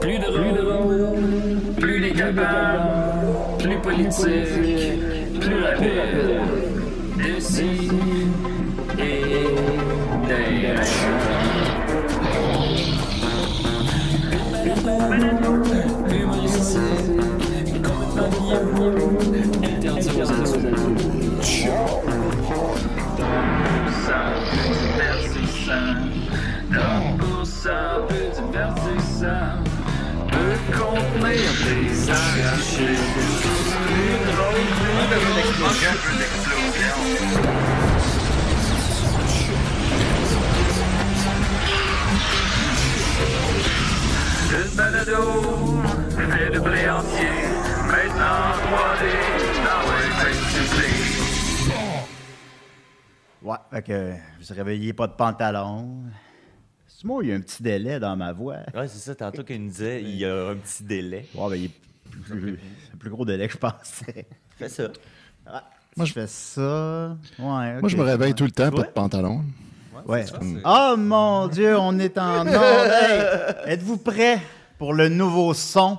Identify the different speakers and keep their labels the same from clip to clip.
Speaker 1: Plus de rôle, plus des capables, plus politique, plus rapide. D'ici et d'ailleurs. Humoristique, complètement vieux, interdit aux adultes. Ça, divertissant. Donc pour ça, peu divertissant peut contenir des archives. Une drôle, une explosion, une explosion. Une balado fait de blé entier, maintenant 3D dans l'électricité.
Speaker 2: Ouais, fait que vous ne réveillez pas de pantalon. C'est moi, il y a un petit délai dans ma voix.
Speaker 3: Ouais, c'est ça. Tantôt qu'il nous disait, il y a un petit délai.
Speaker 2: Ouais, ben, il est plus, c'est un plus gros délai que je pensais.
Speaker 3: Fais ça.
Speaker 2: Moi, je fais ça. Ouais,
Speaker 4: Moi, je me réveille tout le temps, pas de pantalon.
Speaker 2: Ouais. Oh mon Dieu, on est en onde. Hey, Êtes-vous prêts pour le nouveau son?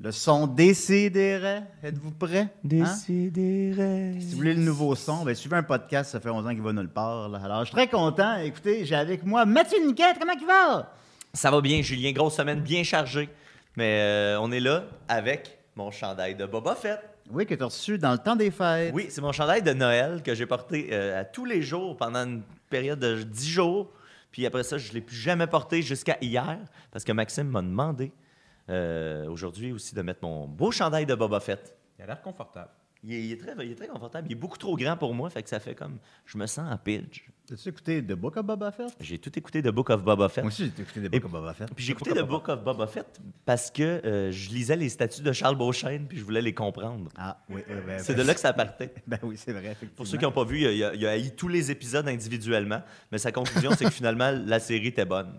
Speaker 2: Le son décidéré. Êtes-vous prêts? Hein?
Speaker 3: Décidérez.
Speaker 2: Si vous voulez le nouveau son, ben, suivez un podcast, ça fait 11 ans qu'il va nulle part. là. Alors, je suis très content. Écoutez, j'ai avec moi Mathieu Niquette. Comment il va?
Speaker 3: Ça va bien, Julien. Grosse semaine bien chargée. Mais euh, on est là avec mon chandail de Boba Fett.
Speaker 2: Oui, que tu as reçu dans le temps des fêtes.
Speaker 3: Oui, c'est mon chandail de Noël que j'ai porté euh, à tous les jours pendant une période de 10 jours. Puis après ça, je ne l'ai plus jamais porté jusqu'à hier parce que Maxime m'a demandé euh, aujourd'hui aussi de mettre mon beau chandail de Boba Fett.
Speaker 5: Il a l'air confortable.
Speaker 3: Il est, il est très, il est très confortable. Il est beaucoup trop grand pour moi, fait que ça fait comme... Je me sens en pidge.
Speaker 2: As-tu écouté The Book of Boba Fett?
Speaker 3: J'ai tout écouté de Book of Boba Fett.
Speaker 2: Moi aussi, j'ai écouté The Book of Boba Fett.
Speaker 3: Puis j'ai écouté The Book of Boba Fett parce que euh, je lisais les statuts de Charles Beauchesne puis je voulais les comprendre.
Speaker 2: Ah, oui. euh, ben,
Speaker 3: C'est
Speaker 2: ben,
Speaker 3: de là que ça partait.
Speaker 2: Ben oui, c'est vrai. effectivement.
Speaker 3: Pour ceux qui n'ont pas vu, il a, il a- il a haï tous les épisodes individuellement, mais sa conclusion, c'est que finalement, la série était bonne.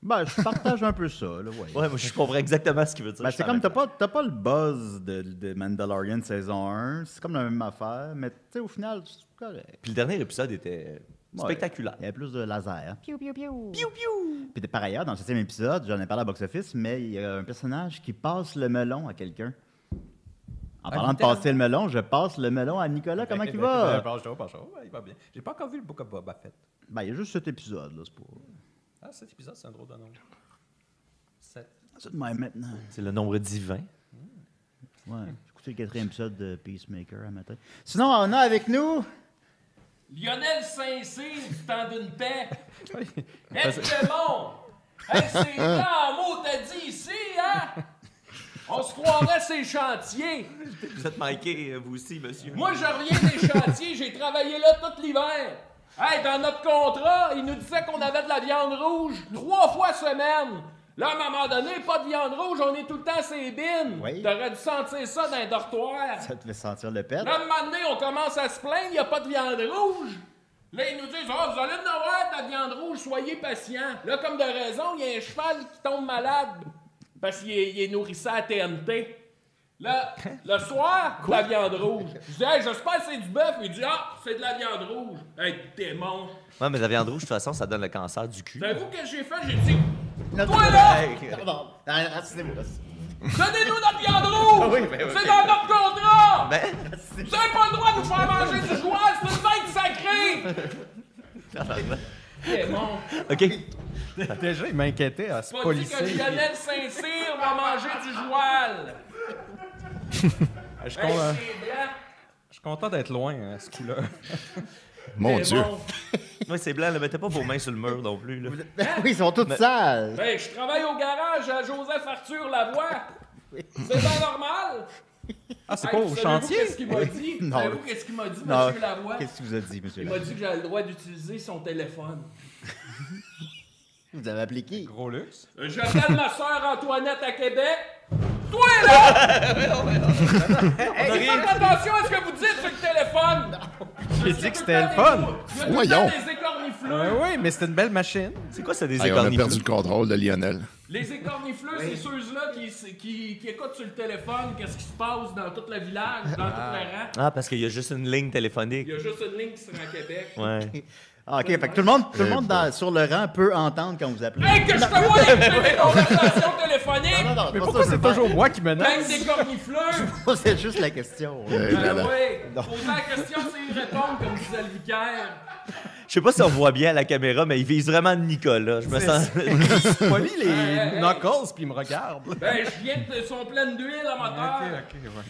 Speaker 2: Ben, je partage un peu ça, là, ouais.
Speaker 3: Ouais, moi, je comprends exactement ce qu'il veut dire.
Speaker 2: Ben,
Speaker 3: Je
Speaker 2: c'est
Speaker 3: suis en
Speaker 2: comme, t'as
Speaker 3: même
Speaker 2: pas, t'as pas le buzz de, de Mandalorian saison 1, c'est comme la même affaire, mais tu sais, au final, c'est correct.
Speaker 3: temps. Puis le dernier épisode était euh,
Speaker 2: Ouais.
Speaker 3: spectaculaire.
Speaker 2: Il y avait plus de laser. Piou, piou, piou. Puis de- par ailleurs, dans le septième épisode, j'en ai parlé à Box Office, mais il y a un personnage qui passe le melon à quelqu'un. En parlant de
Speaker 5: littéralement.
Speaker 2: passer le melon, je passe le melon à Nicolas. Comment
Speaker 5: Ben,
Speaker 2: il
Speaker 5: ben, ben,
Speaker 2: va?
Speaker 5: Bonjour, bonjour. Ouais, Il va bien. J'ai pas encore vu le Book of Boba Fett.
Speaker 2: Ben, il y a juste cet épisode, là, c'est pour...
Speaker 5: Ah, cet épisode, c'est un drôle de nom. C'est-
Speaker 2: C'est de même maintenant.
Speaker 3: C'est le nombre divin.
Speaker 2: Ouais, j'ai écouté le quatrième épisode de Peacemaker un matin. Sinon, on a avec nous...
Speaker 6: Lionel Saint-Cyr du temps d'une paix. Êtes bon! Hey, c'est grand mot t'as dit ici, hein? On se croirait ces chantiers.
Speaker 3: Vous êtes Mikey, vous aussi, monsieur.
Speaker 6: Moi, je reviens des chantiers, j'ai travaillé là tout l'hiver. Hey, dans notre contrat, ils nous disaient qu'on avait de la viande rouge trois fois semaine. Là, à un moment donné, pas de viande rouge, on est tout le temps ces bines.
Speaker 2: Oui.
Speaker 6: T'aurais dû sentir ça dans un dortoir.
Speaker 2: Ça te fait sentir le pet.
Speaker 6: Là, un moment donné, on commence à se plaindre, il n'y a pas de viande rouge. Là, ils nous disent, Ah, vous allez en avoir de la viande rouge, soyez patients. Là, comme de raison, il y a un cheval qui tombe malade parce qu'il est, il est nourrissant à TNT. Là, le soir, de la viande rouge. Je dis, hey, j'espère que c'est du bœuf. Il dit, ah, c'est de la viande rouge. Hey, démon.
Speaker 3: Ouais, mais la viande rouge, de toute façon, ça donne le cancer du cul.
Speaker 6: Savez-vous que j'ai fait? J'ai dit,
Speaker 2: Notre-
Speaker 6: Toi, là!
Speaker 3: Hey.
Speaker 2: Pardon,
Speaker 3: Ah,
Speaker 2: rassinez-moi là.
Speaker 6: donnez-nous notre viande rouge.
Speaker 3: oui, ben oui.
Speaker 6: C'est dans notre contrat.
Speaker 3: Ben,
Speaker 6: Vous n'avez pas le droit de nous faire manger du joual, c'est une fête sacrée. Eh, démon.
Speaker 3: OK.
Speaker 5: Déjà, il m'inquiétait à se
Speaker 6: pas dit que
Speaker 5: polisser.
Speaker 6: Lionel Saint-Cyr va manger du joual.
Speaker 5: Je suis
Speaker 6: Hey,
Speaker 5: con- euh,
Speaker 6: c'est blanc.
Speaker 5: je suis content d'être loin hein, à ce coup-là.
Speaker 4: Mon
Speaker 6: C'est
Speaker 4: Dieu.
Speaker 6: Eh, bon.
Speaker 3: Moi, c'est blanc, ne mettez pas vos mains sur le mur non plus. Là.
Speaker 2: Oui, ils sont toutes sales.
Speaker 6: Hey, Eh, je travaille au garage à Joseph Arthur Lavoie. C'est pas normal.
Speaker 5: Ah, c'est
Speaker 6: Hey,
Speaker 5: pas
Speaker 6: puis
Speaker 5: au
Speaker 6: savez-vous
Speaker 5: chantier?
Speaker 6: Qu'est-ce qu'il m'a dit?
Speaker 2: Non.
Speaker 6: Savez-vous qu'est-ce qu'il m'a dit,
Speaker 2: Non,
Speaker 6: monsieur Lavoie?
Speaker 2: Qu'est-ce que vous a dit, monsieur
Speaker 6: Il m'a dit que j'avais le droit d'utiliser son téléphone.
Speaker 2: Vous avez appliqué.
Speaker 5: Gros luxe.
Speaker 6: Euh, J'appelle ma sœur Antoinette à Québec. Toi là! hey, faites attention à ce que vous dites sur le téléphone! J'ai
Speaker 5: dit que c'était le fun.
Speaker 4: Voyons.
Speaker 6: des écornifleux.
Speaker 5: Ben oui, mais c'était une belle machine.
Speaker 3: C'est quoi ça, des
Speaker 4: Hey, on a
Speaker 3: écornifleux?
Speaker 4: perdu le contrôle de Lionel.
Speaker 6: Les écornifleux, c'est ceux-là qui, qui, qui écoutent sur le téléphone qu'est-ce qui se passe dans tout le village, dans tout le rang.
Speaker 3: Ah, parce qu'il y a juste une ligne téléphonique.
Speaker 6: Il y a juste une ligne qui sera à Québec.
Speaker 3: Ouais.
Speaker 2: Ah, OK, fait que tout le monde, tout le monde dans- sur le rang peut entendre quand vous appelez.
Speaker 6: Hey, que je te vois avec les conversations téléphoniques!
Speaker 2: Non, non, non,
Speaker 7: Mais
Speaker 2: pas
Speaker 7: pourquoi
Speaker 2: ça,
Speaker 7: c'est
Speaker 2: pas-
Speaker 7: toujours moi qui
Speaker 6: Bang
Speaker 7: menace?
Speaker 6: des cornifleurs!
Speaker 2: C'est juste la question. là.
Speaker 4: Eh là
Speaker 6: Ben
Speaker 4: là.
Speaker 6: ouais! Poser la question, c'est y répondre, comme disait le vicaire.
Speaker 3: Je sais pas si on voit bien à la caméra, mais il vise vraiment Nicolas. Je me sens.
Speaker 7: C'est poli
Speaker 6: Hey, hey,
Speaker 7: les
Speaker 6: hey.
Speaker 7: knuckles puis ils me regardent.
Speaker 6: Ben, je viens de son plein d'huile à moteur.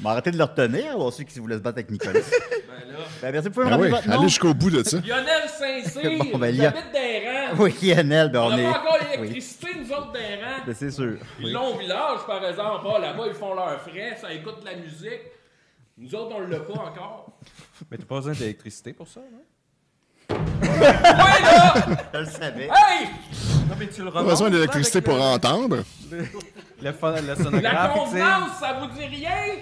Speaker 2: On va arrêter de le retenir, ou ceux qui voulaient se battre avec Nicolas.
Speaker 6: Ben là,
Speaker 2: Ben, merci, vous pouvez me
Speaker 4: Ah oui,
Speaker 2: rappeler votre nom?
Speaker 4: allez jusqu'au bout de ça.
Speaker 6: Lionel Saint-Cyr,
Speaker 2: Bon, ben,
Speaker 6: il
Speaker 2: Lion-
Speaker 6: habite d'un rang.
Speaker 2: Oui, Lionel, ben
Speaker 6: On
Speaker 2: on,
Speaker 6: n'a
Speaker 2: est...
Speaker 6: pas encore
Speaker 2: Oui,
Speaker 6: l'électricité, nous autres, d'un rang.
Speaker 2: ben, c'est sûr.
Speaker 6: Ils l'ont au village, par exemple. Ah, là-bas, ils font leur frais, ça écoute de la musique. Nous autres, on l'a pas encore.
Speaker 7: Mais t'as pas besoin d'électricité pour ça, non?
Speaker 6: Ouais, là!
Speaker 2: Je le savais.
Speaker 6: Hey!
Speaker 7: Non, mais tu le
Speaker 4: Pas
Speaker 7: remontes.
Speaker 4: besoin
Speaker 7: là,
Speaker 4: d'électricité
Speaker 7: avec
Speaker 4: pour
Speaker 7: le-
Speaker 5: euh,
Speaker 4: entendre.
Speaker 7: Le, fon- le
Speaker 6: La
Speaker 7: sonographe, tu sais.
Speaker 6: convenance, ça vous dit rien?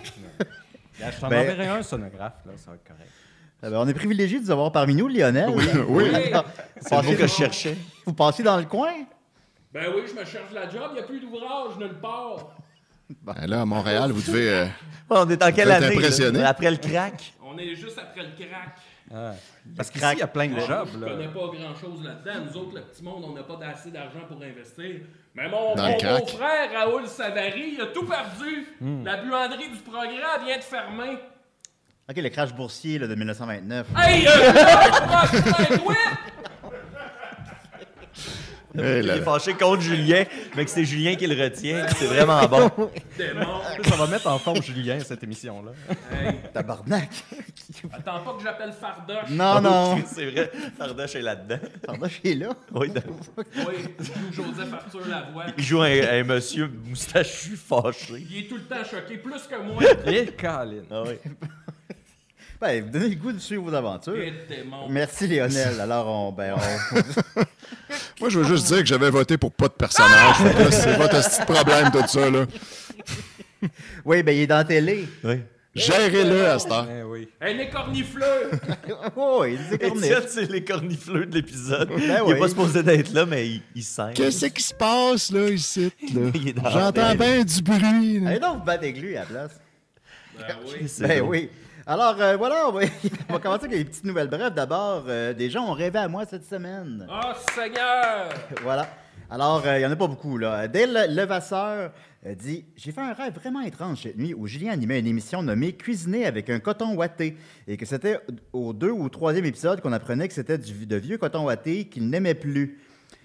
Speaker 7: Là, Je t'en
Speaker 2: Ben-
Speaker 7: enverrai un sonographe, là, ça va être correct.
Speaker 2: Ah, ben, on est privilégié de vous avoir parmi nous, Lionel.
Speaker 4: Oui, oui.
Speaker 2: C'est
Speaker 3: le mot que je cherchais.
Speaker 2: Vous passez dans le coin?
Speaker 6: Ben oui, je me cherche la job, il a plus d'ouvrage nulle part.
Speaker 4: Ben là, à Montréal, vous devez. euh,
Speaker 3: On est en quelle
Speaker 4: Peut-être
Speaker 3: année? là?
Speaker 4: impressionné.
Speaker 3: Après le crack?
Speaker 6: On est juste après le crack.
Speaker 7: Ah. Parce qu'ici,
Speaker 2: crack.
Speaker 7: il y a plein de
Speaker 6: Moi,
Speaker 7: jobs,
Speaker 6: je
Speaker 7: là.
Speaker 6: connais pas grand-chose là-dedans. Nous autres, le petit monde, on n'a pas assez d'argent pour investir. Mais mon,
Speaker 4: Dans le
Speaker 6: mon
Speaker 4: crack.
Speaker 6: beau-frère, Raoul Savary, il a tout perdu. La buanderie du programme vient de fermer.
Speaker 2: OK, le crash boursier là, de 1929.
Speaker 6: Hey, euh, là, un whip!
Speaker 4: eh
Speaker 3: Il
Speaker 4: là
Speaker 3: est
Speaker 4: là.
Speaker 3: fâché contre Julien, mais que c'est Julien qui le retient. puis C'est vraiment bon.
Speaker 6: Démon.
Speaker 7: Ça va mettre en forme Julien, cette émission-là.
Speaker 6: Hey,
Speaker 2: Ah, Tabarnak!
Speaker 6: attends pas que j'appelle Fardoche.
Speaker 2: Non,
Speaker 4: Ah
Speaker 2: non!
Speaker 3: C'est vrai, Fardoche est là-dedans.
Speaker 2: Fardoche est là.
Speaker 3: Oui, dans-
Speaker 6: Oui, je joue Joseph Arthur Lavoie.
Speaker 3: il joue un, un monsieur moustachu fâché.
Speaker 6: Il est tout le temps choqué, plus que moi.
Speaker 7: Et Colin.
Speaker 3: Ah oui.
Speaker 2: Ben, vous donnez le goût de suivre vos aventures.
Speaker 6: Et démon.
Speaker 2: Merci, Lionel. Alors, on, ben, on...
Speaker 4: Moi, je veux juste dire que j'avais voté pour pas de personnage. Fait que là, C'est votre petit problème, tout ça, là.
Speaker 2: Oui, ben, il est dans la télé.
Speaker 3: oui.
Speaker 4: Gérez-le à cette heure.
Speaker 2: Ben
Speaker 7: Eh oui.
Speaker 6: Un écornifleux.
Speaker 2: Oh, il est décorné.
Speaker 3: Étienne, c'est les cornifleux de l'épisode.
Speaker 6: Ben
Speaker 3: il
Speaker 2: oui.
Speaker 3: n'est pas supposé d'être là, mais il, il saigne.
Speaker 4: Qu'est-ce qui se passe, là, ici, là?
Speaker 3: Il est dans la
Speaker 4: J'entends
Speaker 3: télé.
Speaker 4: bien du bruit. là.
Speaker 2: Allez donc vous battre avec lui à la place.
Speaker 6: Ben oui.
Speaker 3: C'est
Speaker 2: Ben
Speaker 3: drôle.
Speaker 2: oui. Alors, euh, voilà, on va, on va commencer avec les petites nouvelles. Bref, d'abord, euh, des gens ont rêvé à moi cette semaine.
Speaker 6: Oh, Seigneur!
Speaker 2: Voilà. Alors, euh, il n'y en a pas beaucoup, là. Dès le Levasseur euh, dit J'ai fait un rêve vraiment étrange cette nuit où Julien animait une émission nommée Cuisiner avec un coton ouaté. Et que c'était au deux ou troisième épisode qu'on apprenait que c'était du- de vieux coton ouaté qu'il n'aimait plus.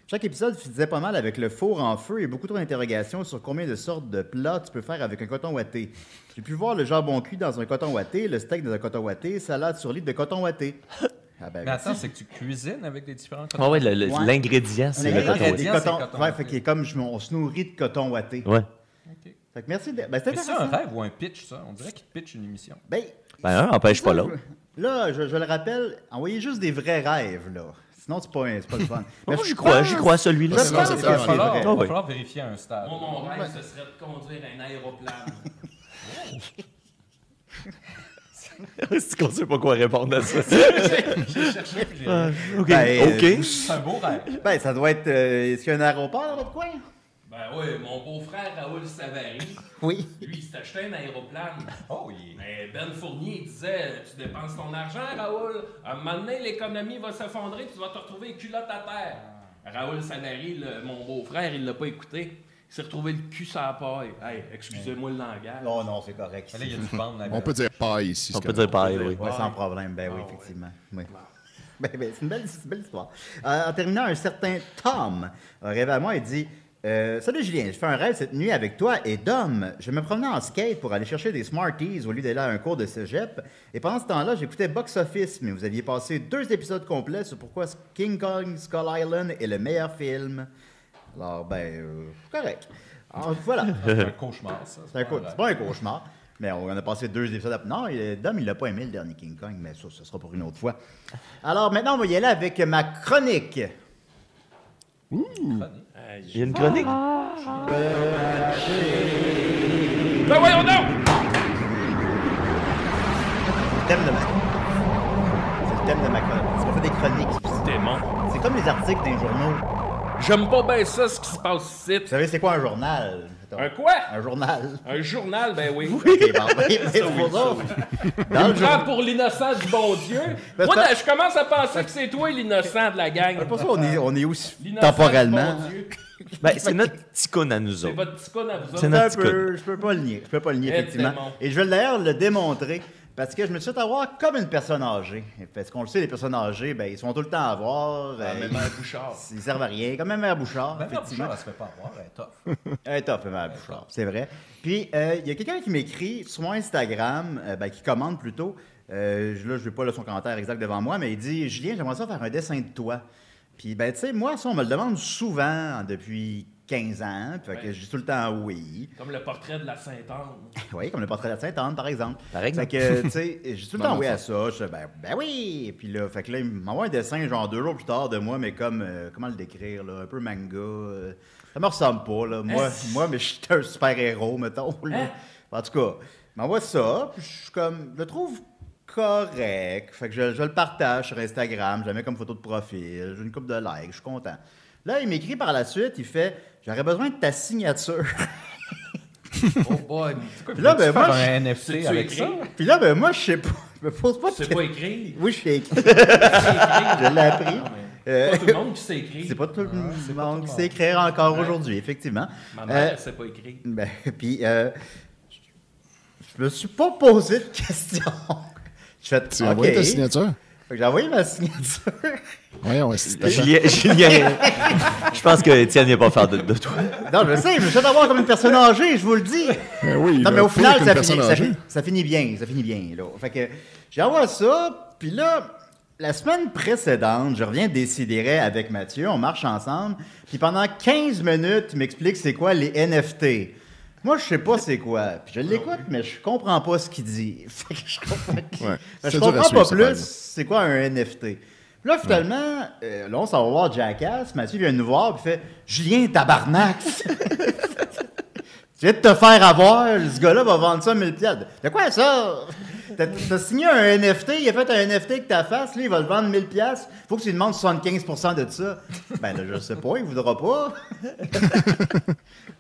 Speaker 2: Chaque épisode faisait pas mal avec le four en feu et beaucoup trop d'interrogations sur combien de sortes de plats tu peux faire avec un coton ouaté. J'ai pu voir le jambon cuit dans un coton ouaté, le steak dans un coton ouaté, salade sur l'île de coton ouaté. Ah ben,
Speaker 7: Mais attends, c'est que tu cuisines avec des différents
Speaker 3: Ah
Speaker 7: coton
Speaker 3: ouais, le- le-
Speaker 2: Ouais.
Speaker 3: l'ingrédient, c'est le
Speaker 7: L'ingrédient,
Speaker 3: coton.
Speaker 7: ouaté.
Speaker 2: des cotons-
Speaker 7: C'est coton
Speaker 2: ouais,
Speaker 7: ouaté.
Speaker 2: fait qu'il est comme je, me- on se nourrit de coton ouaté.
Speaker 3: Ouais.
Speaker 2: Fait que merci. De... Ben, c'est
Speaker 7: Mais c'est hein? un
Speaker 2: intéressant.
Speaker 7: rêve ou un pitch, ça? On dirait qu'il te pitch une émission.
Speaker 2: Ben,
Speaker 3: Ben, un empêche pas
Speaker 2: ça,
Speaker 3: l'autre.
Speaker 2: je- Là, je, je le rappelle, envoyez juste des vrais rêves, là. Sinon, c'est pas, un- c'est pas le fun.
Speaker 3: Moi,
Speaker 2: je
Speaker 3: j'y crois,
Speaker 2: pense-
Speaker 3: j'y crois à celui-là.
Speaker 2: Je pense
Speaker 4: c'est
Speaker 2: que
Speaker 7: Il va
Speaker 2: c'est
Speaker 7: falloir,
Speaker 2: vrai.
Speaker 7: il va
Speaker 3: Ah oui.
Speaker 7: falloir vérifier un stade.
Speaker 6: Moi, mon rêve, ce serait de conduire un aéroplane.
Speaker 3: Si qu'on sait pas quoi répondre à ça.
Speaker 7: J'ai cherché, puis j'ai-
Speaker 3: OK.
Speaker 2: Ben,
Speaker 3: OK.
Speaker 7: Euh, C'est un beau rêve.
Speaker 2: Ben, ça doit être. euh, Est-ce qu'il y a un aéroport dans votre coin?
Speaker 6: ben oui, mon beau-frère Raoul Savary,
Speaker 2: Oui.
Speaker 6: lui, il s'est acheté un aéroplane.
Speaker 7: Oh, il est-
Speaker 6: Mais Ben Fournier, il disait Tu dépenses ton argent, Raoul. À un moment donné, l'économie va s'effondrer, tu vas te retrouver les culottes à terre. Raoul Savary, le- mon beau-frère, il l'a pas écouté. Il s'est retrouvé le cul sur la paille. Hey, excusez-moi le langage.
Speaker 2: Non, non, c'est correct.
Speaker 7: Mais Là, il y a du vent dans la
Speaker 4: On peut dire paille ici.
Speaker 3: On
Speaker 4: c'est
Speaker 3: peut
Speaker 4: correct.
Speaker 3: dire pareil, oui.
Speaker 2: Ouais, sans problème, ben oui, effectivement. Oui. Ben, ben, c'est une belle, c'est une belle histoire. Euh, en terminant, un certain Tom a rêvé à moi et dit euh, Salut Julien, je fais un rêve cette nuit avec toi et Dom. Je me promenais en skate pour aller chercher des Smarties au lieu d'aller à un cours de cégep. Et pendant ce temps-là, j'écoutais Box Office, mais vous aviez passé deux épisodes complets sur pourquoi King Kong Skull Island est le meilleur film. Alors, ben, euh, correct. Alors, voilà.
Speaker 7: C'est un cauchemar, ça.
Speaker 2: C'est un cau-
Speaker 7: pas
Speaker 2: c'est pas un cauchemar, mais on en a passé deux épisodes. après. Non, il- Dom, il l'a pas aimé le dernier King Kong, mais ça, ce sera pour une autre fois. Alors maintenant, on va y aller avec ma chronique.
Speaker 7: un rêve.
Speaker 3: Il y a une chronique.
Speaker 6: Ben voyons donc
Speaker 2: Le thème de ma... C'est le thème de ma chronique. C'est pas fait des chroniques.
Speaker 6: Démon.
Speaker 2: C'est comme les articles des journaux.
Speaker 6: J'aime pas bien ça, ce qui se passe ici.
Speaker 2: Vous savez, c'est quoi un journal? mettons?
Speaker 6: Un quoi?
Speaker 2: Un journal.
Speaker 6: Un journal, ben oui.
Speaker 2: Ok, bon, oui, c'est pour ça. Ah, Dans le journal.
Speaker 6: Prends
Speaker 2: Ben,
Speaker 6: pour l'innocent du bon Dieu.
Speaker 2: Parce
Speaker 6: Moi, ben,
Speaker 2: que-
Speaker 6: je commence à penser que c'est toi l'innocent de la gang.
Speaker 2: Ben, C'est pour ça qu'on est, on est aussi
Speaker 6: L'innocent
Speaker 2: temporellement.
Speaker 6: du bon Dieu.
Speaker 3: Ben, c'est notre petit con à nous
Speaker 6: C'est
Speaker 3: autres.
Speaker 6: votre petit con à vous
Speaker 3: C'est
Speaker 6: autres.
Speaker 3: notre
Speaker 2: Un
Speaker 3: petit
Speaker 2: peu, je peux pas le nier. Je peux pas le nier,
Speaker 6: Eh,
Speaker 2: effectivement.
Speaker 6: démon.
Speaker 2: Et je vais d'ailleurs le démontrer. Parce que je me suis fait avoir comme une personne âgée. Parce qu'on le sait, les personnes âgées, ben, ils sont tout le temps à voir. euh,
Speaker 8: Même un Bouchard.
Speaker 2: ils, ils servent à rien. Comme même Mère Bouchard,
Speaker 7: Même la
Speaker 2: effectivement.
Speaker 7: Bouchard, Ben elle se fait pas avoir, elle est tough.
Speaker 2: Elle est tough, Emma Bouchard, c'est vrai. Puis, euh, il y a quelqu'un qui m'écrit sur mon Instagram, euh, ben, qui commande plutôt. Euh, je- là, je n'ai pas là, son commentaire exact devant moi, mais il dit Julien, j'aimerais ça faire un dessin de toi. Puis, ben, tu sais, moi, ça, on me le demande souvent hein, depuis 15 ans. hein, Fait que je dis tout le temps oui.
Speaker 6: Comme le portrait de la Sainte-Anne.
Speaker 2: Oui, comme le portrait de la Sainte-Anne, par exemple.
Speaker 3: Par exemple.
Speaker 2: Fait que, tu sais, je dis tout le
Speaker 4: Bon,
Speaker 2: temps oui
Speaker 4: ça.
Speaker 2: à ça. Je fais, ben, ben oui. Puis là, fait que là, il m'envoie un dessin, genre deux jours plus tard, de moi, mais comme, euh, comment le décrire, là, un peu manga. euh, ça me ressemble pas, là. Moi,
Speaker 3: Hein?
Speaker 2: moi mais je suis un super-héros, mettons. là. En tout cas, il m'envoie ça, puis je suis comme, je le trouve correct. Fait que je, je le partage sur Instagram, je le mets comme photo de profil, j'ai une coupe de likes, je suis content. Là, il m'écrit par la suite, il fait, j'aurais besoin de ta signature.
Speaker 6: Oh boy.
Speaker 2: Puis là, ben,
Speaker 7: Faire
Speaker 2: moi, je-
Speaker 7: un NFT avec ça.
Speaker 2: puis là, ben moi, je sais pas. Je me pose pas de
Speaker 6: C'est
Speaker 2: questions.
Speaker 6: pas écrit.
Speaker 2: Oui, je sais écrit.
Speaker 6: C'est écrit.
Speaker 2: Je l'ai appris. Euh,
Speaker 6: Pas tout le monde qui sait écrire.
Speaker 2: Ah, c'est pas tout le monde qui sait écrire encore aujourd'hui, effectivement.
Speaker 6: Ma
Speaker 2: Euh,
Speaker 6: mère, c'est pas écrit.
Speaker 2: ben, puis, euh, je- je me suis pas posé de questions. Je fais,
Speaker 4: Tu
Speaker 2: OK.
Speaker 4: as envoyé ta signature?
Speaker 2: Fait que J'ai envoyé ma signature.
Speaker 4: Voyons, c'est
Speaker 3: Julien, Julien, je pense que Étienne vient pas faire de, de toi.
Speaker 2: Non, je sais, je me suis fait avoir comme une personne âgée, je vous le dis.
Speaker 4: Ben oui,
Speaker 2: Non,
Speaker 4: là,
Speaker 2: mais au
Speaker 4: faut
Speaker 2: final,
Speaker 4: qu'une
Speaker 2: ça
Speaker 4: personne
Speaker 2: finit, ça,
Speaker 4: âgée.
Speaker 2: finit- ça finit bien, ça finit bien. Là. Fait que j'envoie ça, puis là, la semaine précédente, je reviens décider avec Mathieu, on marche ensemble, puis pendant 15 minutes, il m'explique c'est quoi les NFT. Moi, je sais pas c'est quoi. Puis je l'écoute, mais je comprends pas ce qu'il dit. Fait que je comprends,
Speaker 4: Ouais,
Speaker 2: Fait que je
Speaker 4: c'est dur à
Speaker 2: comprends
Speaker 4: suivre,
Speaker 2: pas
Speaker 4: ça, par
Speaker 2: plus
Speaker 4: exemple.
Speaker 2: c'est quoi un NFT. Puis là, finalement, euh, là, on s'en va voir Jackass. Mathieu vient nous voir, puis fait Julien, tabarnak! Tu viens de te faire avoir, ce gars-là va vendre ça 1000 pièces. De quoi ça? T'as t'as signé un NFT, il a fait un NFT avec ta face, lui, il va le vendre 1000 pièces. Faut que tu lui demandes 75 de ça. Ben là, je sais pas, il voudra pas.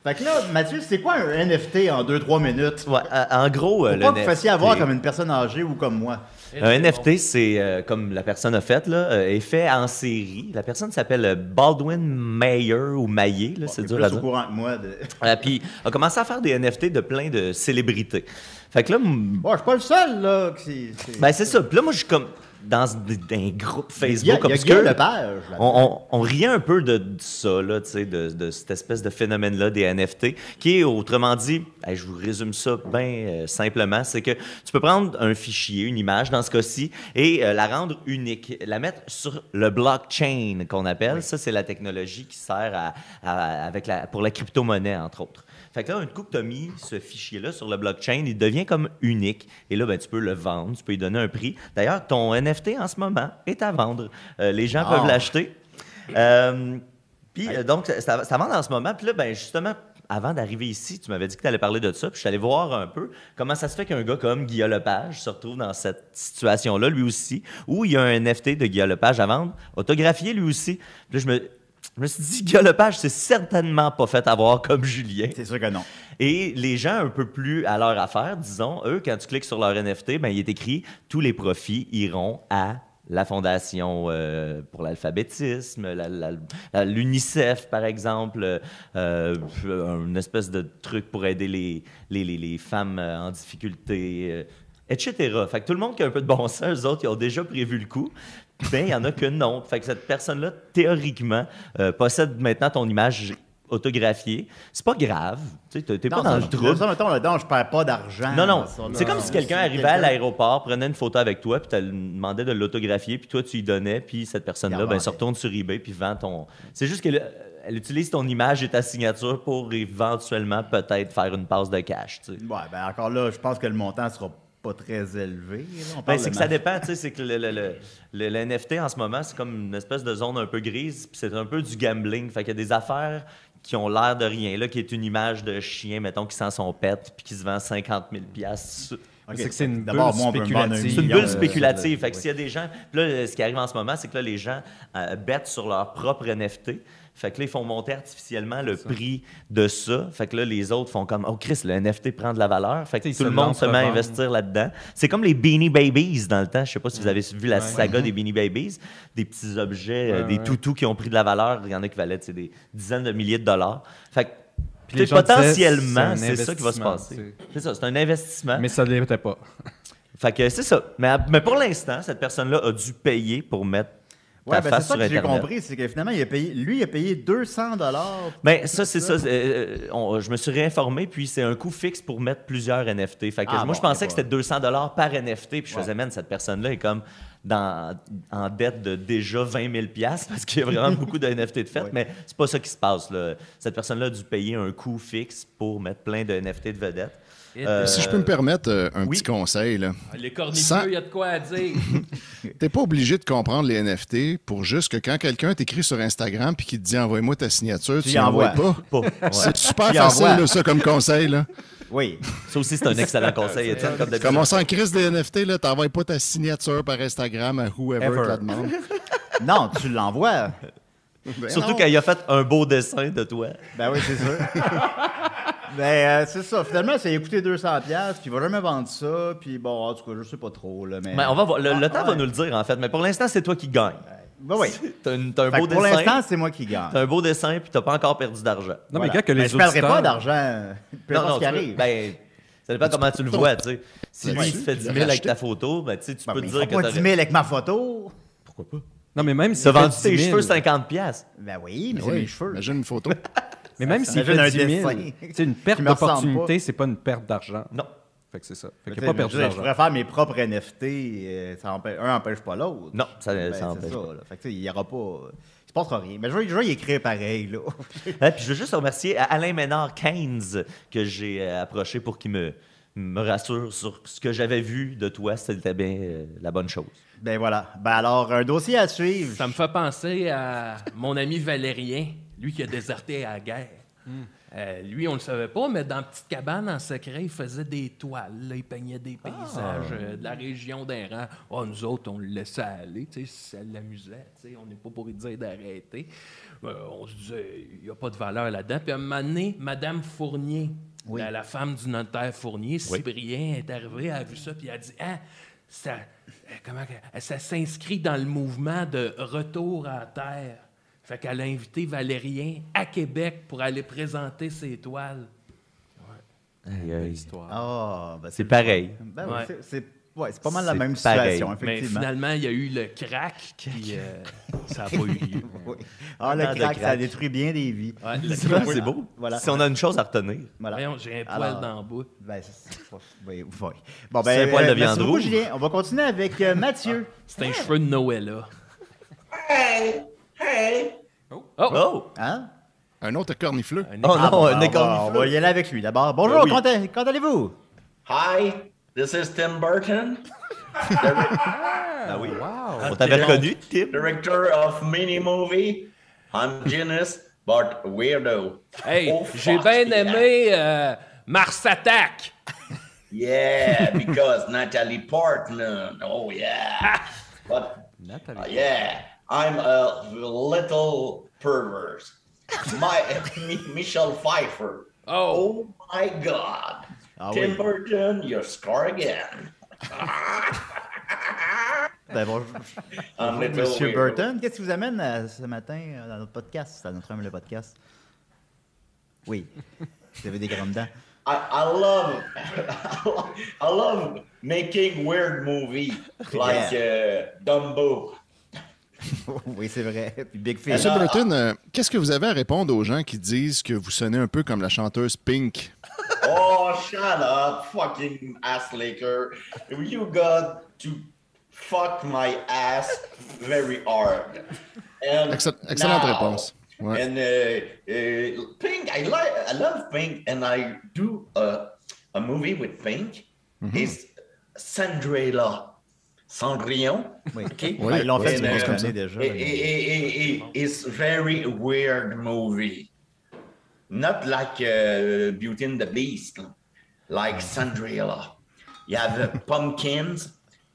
Speaker 2: fait que là, Mathieu, c'est quoi un NFT en 2-3 minutes?
Speaker 3: Ouais, en- en gros, euh,
Speaker 2: Faut
Speaker 3: le
Speaker 2: pas que vous
Speaker 3: NFT,
Speaker 2: fassiez avoir comme une personne âgée ou comme moi.
Speaker 3: Un NFT, c'est euh, comme la personne a fait, là, euh, est fait en série. La personne s'appelle euh, Baldwin Mayer ou Maillé, là, c'est
Speaker 2: T'es
Speaker 3: dur
Speaker 2: plus
Speaker 3: à
Speaker 2: au
Speaker 3: dire.
Speaker 2: courant que moi. De...
Speaker 3: Euh, puis, on a commencé à faire des NFT de plein de célébrités. Fait que là, m-
Speaker 2: Bon, Oh, je suis pas le seul, là. qui- qui-
Speaker 3: ben, c'est ça. Puis là, moi, je suis comme dans un- un groupe
Speaker 2: il y a,
Speaker 3: Facebook
Speaker 2: il y a
Speaker 3: obscur.
Speaker 2: Guillaume Lepage. là.
Speaker 3: On, on- on riait un peu de, de ça, là, tu sais, de, de cette espèce de phénomène-là des NFT, qui est autrement dit, hey, je vous résume ça bien euh, simplement, c'est que tu peux prendre un fichier, une image dans ce cas-ci, et euh, la rendre unique, la mettre sur le blockchain qu'on appelle. Ça, c'est la technologie qui sert à- à- avec la, pour la crypto-monnaie, entre autres. Fait que là, une coup que tu as mis ce fichier-là sur le blockchain, il devient comme unique. Et là, ben, tu peux le vendre, tu peux lui donner un prix. D'ailleurs, ton NFT en ce moment est à vendre. Euh, les gens
Speaker 2: Ah.
Speaker 3: peuvent l'acheter. Euh, puis, euh, donc, c'est à, c'est à vendre en ce moment. Puis là, ben, justement, avant d'arriver ici, tu m'avais dit que tu allais parler de ça. Puis je suis allé voir un peu comment ça se fait qu'un gars comme Guillaume Lepage se retrouve dans cette situation-là, lui aussi, où il y a un NFT de Guillaume Lepage à vendre, autographié lui aussi. Puis là, je me, je me suis dit, Guillaume Lepage, c'est certainement pas fait avoir comme Julien.
Speaker 2: C'est sûr que non.
Speaker 3: Et les gens un peu plus à leur affaire, disons, eux, quand tu cliques sur leur NFT, ben, il est écrit tous les profits iront à la Fondation euh, pour l'alphabétisme, la- la- la- l'UNICEF, par exemple, euh, une espèce de truc pour aider les, les, les- les femmes euh, en difficulté, euh, etc. Fait que tout le monde qui a un peu de bon sens, eux autres, ils ont déjà prévu le coup. Ben, il y en a que non. Fait que cette personne-là, théoriquement, euh, possède maintenant ton image autographiée. C'est pas grave. Tu sais, t'es t'es pas
Speaker 2: Non,
Speaker 3: dans
Speaker 2: ça,
Speaker 3: le
Speaker 2: non.
Speaker 3: trouble.
Speaker 2: Ça, mettons, là-dedans, je perds pas d'argent.
Speaker 3: Non, non.
Speaker 2: Ah, Ça,
Speaker 3: C'est
Speaker 2: là,
Speaker 3: comme si quelqu'un arrivait à l'aéroport, prenait une photo avec toi, puis tu demandais de l'autographier, puis toi, tu lui donnais, puis cette
Speaker 2: Il
Speaker 3: personne-là,
Speaker 2: en
Speaker 3: ben, se
Speaker 2: vendait.
Speaker 3: retourne sur eBay, puis vend ton. C'est juste qu'elle euh, elle utilise ton image et ta signature pour éventuellement, peut-être, faire une passe de cash. tu sais.
Speaker 2: Ouais, ben encore là, je pense que le montant sera pas très élevé. là. On
Speaker 3: Ben,
Speaker 2: parle
Speaker 3: c'est
Speaker 2: de
Speaker 3: que ça
Speaker 2: marché.
Speaker 3: dépend, tu sais, c'est que le, le- le- le- le NFT en ce moment, c'est comme une espèce de zone un peu grise, puis c'est un peu du gambling. Fait qu'il y a des affaires qui ont l'air de rien, là, qui est une image de chien, mettons, qui sent son pet, puis qui se vend 50 000 piastres.
Speaker 2: Ok,
Speaker 7: C'est que c'est une
Speaker 2: d'abord,
Speaker 7: bulle
Speaker 2: moi, on peut me vendre un
Speaker 7: spéculative.
Speaker 3: C'est une
Speaker 2: million,
Speaker 3: bulle
Speaker 2: euh,
Speaker 3: spéculative.
Speaker 2: euh,
Speaker 3: Fait que s'il y a des gens. puis là, ce qui arrive en ce moment, c'est que là, les gens euh, bêtent sur leur propre NFT. Fait que là, ils font monter artificiellement le prix de ça. Fait que là, les autres font comme, oh Chris, le NFT prend de la valeur. Fait que
Speaker 8: Ils
Speaker 3: tout
Speaker 8: se
Speaker 3: le monde se met à
Speaker 8: l'entrevendent.
Speaker 3: investir là-dedans. C'est comme les Beanie Babies dans le temps. Je sais pas si vous avez vu la saga des Beanie Babies. Des petits objets, euh,
Speaker 8: Ouais,
Speaker 3: des
Speaker 8: ouais.
Speaker 3: toutous qui ont pris de la valeur. Il y en a qui valaient tu sais, des dizaines de milliers de dollars. Fait que
Speaker 8: Puis les
Speaker 3: tu sais,
Speaker 8: gens disaient,
Speaker 3: potentiellement,
Speaker 8: c'est un
Speaker 3: c'est ça qui va se
Speaker 8: investissement,
Speaker 3: passer. C'est ça, c'est un investissement.
Speaker 8: Mais ça ne l'était pas.
Speaker 3: Fait que c'est ça. Mais, mais pour l'instant, cette personne-là a dû payer pour mettre
Speaker 2: Ouais,
Speaker 3: ta
Speaker 2: ben, c'est
Speaker 3: face
Speaker 2: ça
Speaker 3: sur
Speaker 2: que j'ai
Speaker 3: Internet.
Speaker 2: compris, c'est que finalement, il a payé, lui, il a payé 200 dollars.
Speaker 3: Ben, ça, c'est ça. euh, euh, on- je me suis réinformé, puis c'est un coût fixe pour mettre plusieurs NFT. Fait que
Speaker 2: Ah,
Speaker 3: moi,
Speaker 2: bon,
Speaker 3: je pensais
Speaker 2: et
Speaker 3: que c'était 200 dollars par NFT, puis je faisais, man, cette personne-là est comme dans, en dette de déjà 20 000 piastres parce qu'il y a vraiment beaucoup de NFT de fait, mais c'est pas ça qui se passe. Là. Cette personne-là a dû payer un coût fixe pour mettre plein de NFT de vedettes. Euh,
Speaker 4: Si je peux me permettre euh, un
Speaker 3: oui.
Speaker 4: petit conseil, là.
Speaker 6: Les cornifeux,
Speaker 4: Sans-
Speaker 6: il y a de quoi à dire.
Speaker 4: T'es pas obligé de comprendre les NFT pour juste que quand quelqu'un t'écrit sur Instagram puis qu'il te dit envoie-moi ta signature,
Speaker 2: Tu
Speaker 4: tu,
Speaker 2: y
Speaker 4: l'envoies
Speaker 2: envoies.
Speaker 4: pas.
Speaker 3: pas- ouais.
Speaker 4: C'est super
Speaker 2: Tu y
Speaker 4: facile,
Speaker 2: envoies.
Speaker 4: là, ça, comme conseil. Là.
Speaker 2: Oui.
Speaker 3: Ça aussi, c'est un excellent conseil, Étienne, comme d'habitude.
Speaker 4: Comme on s'en crise des NFT, là, t'envoies pas ta signature par Instagram à whoever
Speaker 8: Ever.
Speaker 4: te la demande.
Speaker 2: Non, tu l'envoies.
Speaker 4: Ben
Speaker 3: Surtout
Speaker 4: non.
Speaker 3: quand il a fait un beau dessin de toi.
Speaker 2: Ben oui, c'est sûr. ben, euh, c'est ça. Finalement, ça a coûté 200 piastres, puis il va jamais vendre ça, puis bon, en tout cas, je sais pas trop, là, mais...
Speaker 3: Mais Ben, on va voir. Le, le
Speaker 2: Ah,
Speaker 3: temps
Speaker 2: ouais.
Speaker 3: va nous le dire, en fait. Mais pour l'instant, c'est toi qui gagne.
Speaker 2: Ben oui.
Speaker 3: T'as une- t'as un
Speaker 2: Fait
Speaker 3: beau
Speaker 2: que pour
Speaker 3: dessin.
Speaker 2: l'instant, c'est moi qui gagne.
Speaker 3: T'as un beau dessin, puis t'as pas encore perdu d'argent.
Speaker 8: Non, mais
Speaker 2: Voilà.
Speaker 8: gars, que
Speaker 2: Ben,
Speaker 8: les
Speaker 2: je parlerai
Speaker 8: auditeurs-
Speaker 2: pas d'argent. euh, Peu importe ce qui
Speaker 3: tu peux-
Speaker 2: arrive.
Speaker 3: Ben, ça dépend comment tu le vois, tu sais. Si
Speaker 4: Ben,
Speaker 3: lui, il
Speaker 4: tu-
Speaker 3: te fait
Speaker 4: tu
Speaker 3: 10
Speaker 4: l'as
Speaker 3: 000 avec
Speaker 4: racheté.
Speaker 3: ta photo, ben, tu sais, tu
Speaker 2: Ben, mais
Speaker 3: peux te
Speaker 2: ils font
Speaker 3: dire que
Speaker 2: pas 10 000
Speaker 3: t'aurais...
Speaker 2: avec ma photo.
Speaker 8: Non, mais même si.
Speaker 3: T'as vendu tes cheveux 50 piastres.
Speaker 2: Ben oui, mais
Speaker 4: Oui,
Speaker 2: c'est mes cheveux.
Speaker 4: Imagine une photo.
Speaker 8: Mais même s'il
Speaker 2: imagine
Speaker 8: fait
Speaker 2: un
Speaker 8: 10 000,
Speaker 2: dessin.
Speaker 8: tu sais, une perte
Speaker 2: Qui me ressemble
Speaker 8: d'opportunité, c'est pas une perte d'argent.
Speaker 3: Non.
Speaker 8: Fait que c'est ça. Fait
Speaker 2: Mais
Speaker 8: qu'il
Speaker 2: tu
Speaker 8: n'a
Speaker 2: sais,
Speaker 8: pas perdu
Speaker 2: je veux dire, Je
Speaker 8: d'argent.
Speaker 2: pourrais faire mes propres NFT, euh, ça empê- un n'empêche pas l'autre.
Speaker 3: Non, ça-
Speaker 2: Ben,
Speaker 3: ça
Speaker 2: c'est
Speaker 3: empêche pas.
Speaker 2: là. Fait que, tu sais, il y aura pas. Il se passera rien. Mais je vais, je vais y écrire pareil, là.
Speaker 3: Hein, puis je veux juste remercier Alain Ménard Keynes que j'ai euh, approché pour qu'il me, me rassure sur ce que j'avais vu de toi, c'était bien euh, la bonne chose.
Speaker 2: ben voilà. Ben alors, un dossier à suivre.
Speaker 6: Ça me fait penser à mon ami Valérien, lui qui a déserté à la guerre. Euh, lui, on le savait pas, mais dans Petite Cabane, en secret, il faisait des toiles. là. il peignait des paysages euh, de la région d'Iran. Oh, nous autres, on le laissait aller, tu sais, si ça l'amusait. tu sais, On n'est pas pour lui dire d'arrêter. Euh, on se disait, il n'y a pas de valeur là-dedans. Puis à un moment donné, Madame Fournier, la, la femme du notaire Fournier, Cyprien, est arrivée, elle a vu ça, puis elle a dit, ah, ça, euh, comment que- ça s'inscrit dans le mouvement de retour à la terre. Fait qu'elle a invité Valérien à Québec pour aller présenter ses toiles.
Speaker 3: Aïe, aïe.
Speaker 2: Ah, ben,
Speaker 3: euh, C'est pareil.
Speaker 2: Ben oui,
Speaker 6: Ouais.
Speaker 2: c'est- c'est ouais, c'est pas mal la
Speaker 3: C'est
Speaker 2: même
Speaker 3: pareil.
Speaker 2: situation,
Speaker 6: Mais
Speaker 2: effectivement.
Speaker 6: finalement, il y a eu le crack, puis euh, ça n'a pas eu lieu.
Speaker 2: Oui. Ah, le
Speaker 3: Maintenant, le
Speaker 2: crack, ça
Speaker 3: crack.
Speaker 2: détruit bien des vies.
Speaker 6: Ouais, le
Speaker 3: C'est
Speaker 6: crack.
Speaker 3: bon, c'est beau.
Speaker 2: Voilà.
Speaker 3: Si on a une chose à retenir.
Speaker 2: Voilà.
Speaker 6: Voyons, j'ai un poil
Speaker 2: Alors,
Speaker 6: dans le bout.
Speaker 2: Ben, c'est- c'est pas- oui, oui. Bon,
Speaker 3: C'est
Speaker 2: ben,
Speaker 3: un poil de viande
Speaker 2: merci beaucoup,
Speaker 3: rouge.
Speaker 2: Julien. On va continuer avec euh, Mathieu.
Speaker 6: C'est un cheveu de Noëlla. Oh!
Speaker 3: Oh!
Speaker 2: Hein?
Speaker 4: Un autre cornifleux.
Speaker 3: Oh
Speaker 2: Ah,
Speaker 3: non,
Speaker 2: bon, ben,
Speaker 3: un
Speaker 2: on va- On
Speaker 3: écornifleux.
Speaker 2: va y aller avec lui d'abord. Bonjour,
Speaker 3: Ben oui.
Speaker 2: quand est- quand allez-vous?
Speaker 9: Hi, this is Tim Burton,
Speaker 3: Ah oui. On t'avait reconnu, Tim.
Speaker 9: director of mini movie. I'm genius, but weirdo.
Speaker 6: Hey,
Speaker 9: Oh,
Speaker 6: j'ai
Speaker 9: fuck
Speaker 6: bien
Speaker 9: yeah.
Speaker 6: aimé euh, Mars Attack.
Speaker 9: Yeah, because Natalie Portman. Oh yeah. But uh, yeah, I'm a little pervert. My M- Michelle Pfeiffer.
Speaker 6: Oh!
Speaker 9: Oh my God.
Speaker 2: Ah
Speaker 9: Tim
Speaker 2: oui.
Speaker 9: Burton, your score again.
Speaker 2: Ben, bonjour,
Speaker 9: I'm little
Speaker 2: Monsieur
Speaker 9: weirdo.
Speaker 2: Burton. Qu'est-ce qui vous amène euh, ce matin euh, dans notre podcast, à notre humble podcast? Oui. Vous avez des grandes dents.
Speaker 9: I, I love, I love, I love making weird movie like uh, Dumbo.
Speaker 2: oui, c'est vrai. Puis Big Fish.
Speaker 4: Monsieur Burton, euh, qu'est-ce que vous avez à répondre aux gens qui disent que vous sonnez un peu comme la chanteuse Pink?
Speaker 9: Oh, shut up, fucking ass licker. You got to fuck my ass very hard. And
Speaker 4: Excell- excellente
Speaker 9: now-
Speaker 4: réponse. Ouais.
Speaker 9: And uh, uh, Pink, I like, I love Pink, and I do a, a movie with Pink. It's Sandrella, Cendrillon.
Speaker 2: Oui.
Speaker 9: Okay.
Speaker 2: Ben, ils l'ont fait une
Speaker 9: And, uh,
Speaker 2: grosse année déjà.
Speaker 9: it- it- it- it- it's very weird movie. Not like uh, Beauty and the Beast, like
Speaker 2: Mm.
Speaker 9: Cinderella. You have uh, pumpkins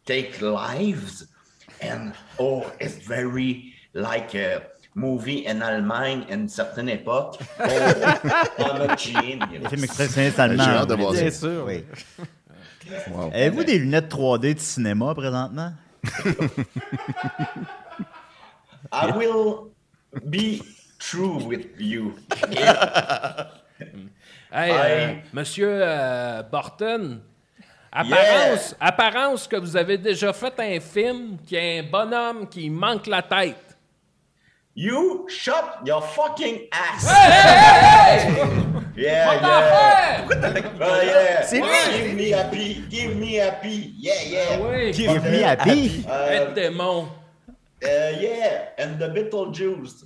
Speaker 9: take lives, and oh, it's very like uh, movie in Oh, Allemagne à une certaine époque pour homogéné.
Speaker 2: Les films expressionniste allemand.
Speaker 4: J'ai hâte de voir
Speaker 2: Bien
Speaker 4: ça.
Speaker 2: sûr. Oui.
Speaker 4: Wow.
Speaker 2: Avez-vous des lunettes 3D de cinéma présentement?
Speaker 9: I will be true with you.
Speaker 6: Hey,
Speaker 9: Hey.
Speaker 6: euh, monsieur euh, Borton,
Speaker 9: Yeah.
Speaker 6: apparence, apparence que vous avez déjà fait un film qui est un bonhomme qui manque la tête.
Speaker 9: You shut your fucking ass.
Speaker 6: Pas
Speaker 9: Yeah,
Speaker 6: Ah,
Speaker 9: yeah.
Speaker 6: d'affaire!
Speaker 9: Oh, yeah.
Speaker 2: C'est lui.
Speaker 9: Give me happy. Give me happy. Yeah, yeah.
Speaker 6: Oui,
Speaker 2: Give me happy.
Speaker 9: Uh,
Speaker 6: être démon.
Speaker 9: uh, yeah, and the Beetlejuice.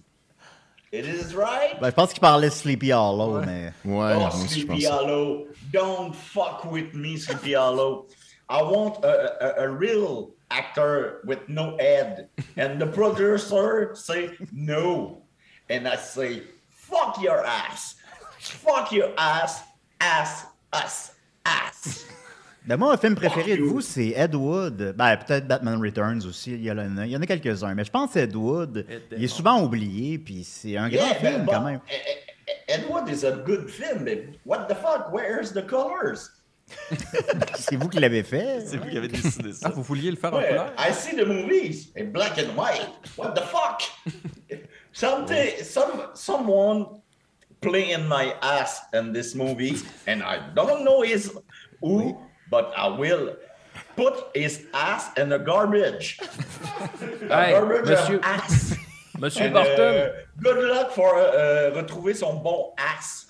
Speaker 9: It is right.
Speaker 2: Ben, je pense qu'il parlait de Sleepy Hollow, mais.
Speaker 4: Ouais, moi
Speaker 9: oh,
Speaker 4: aussi, je
Speaker 9: Sleepy
Speaker 4: pense. ça.
Speaker 9: Hollow, don't fuck with me, Sleepy Hollow. I want a, a, a real actor with no head. And the producer say no. And I say, fuck your ass. Fuck your ass, ass, ass, ass.
Speaker 2: Ben, moi, mon film préféré de vous, c'est Ed Wood. Ben, peut-être Batman Returns aussi. Il y, en a- il y en a quelques-uns, mais je pense que Ed Wood. ben, Il est souvent oublié, puis c'est un grand
Speaker 9: Yeah,
Speaker 2: film
Speaker 9: but-
Speaker 2: quand même.
Speaker 9: eh, eh, eh, Edward is a good film, but what the fuck? Where's the colors?
Speaker 2: C'est vous qui l'avez fait.
Speaker 3: C'est vous qui avez décidé
Speaker 8: Ah,
Speaker 3: ça.
Speaker 8: vous vouliez le faire en
Speaker 9: Where?
Speaker 8: couleur?
Speaker 9: I see the movies in black and white. What the fuck? Something, some, someone playing my ass in this movie, and I don't know is who, but I will put his ass in the garbage. A
Speaker 6: Hey,
Speaker 9: garbage of
Speaker 6: monsieur-
Speaker 9: ass.
Speaker 6: Monsieur
Speaker 9: Euh, And,
Speaker 6: Borton,
Speaker 9: uh, good luck for uh, retrouver son bon ass.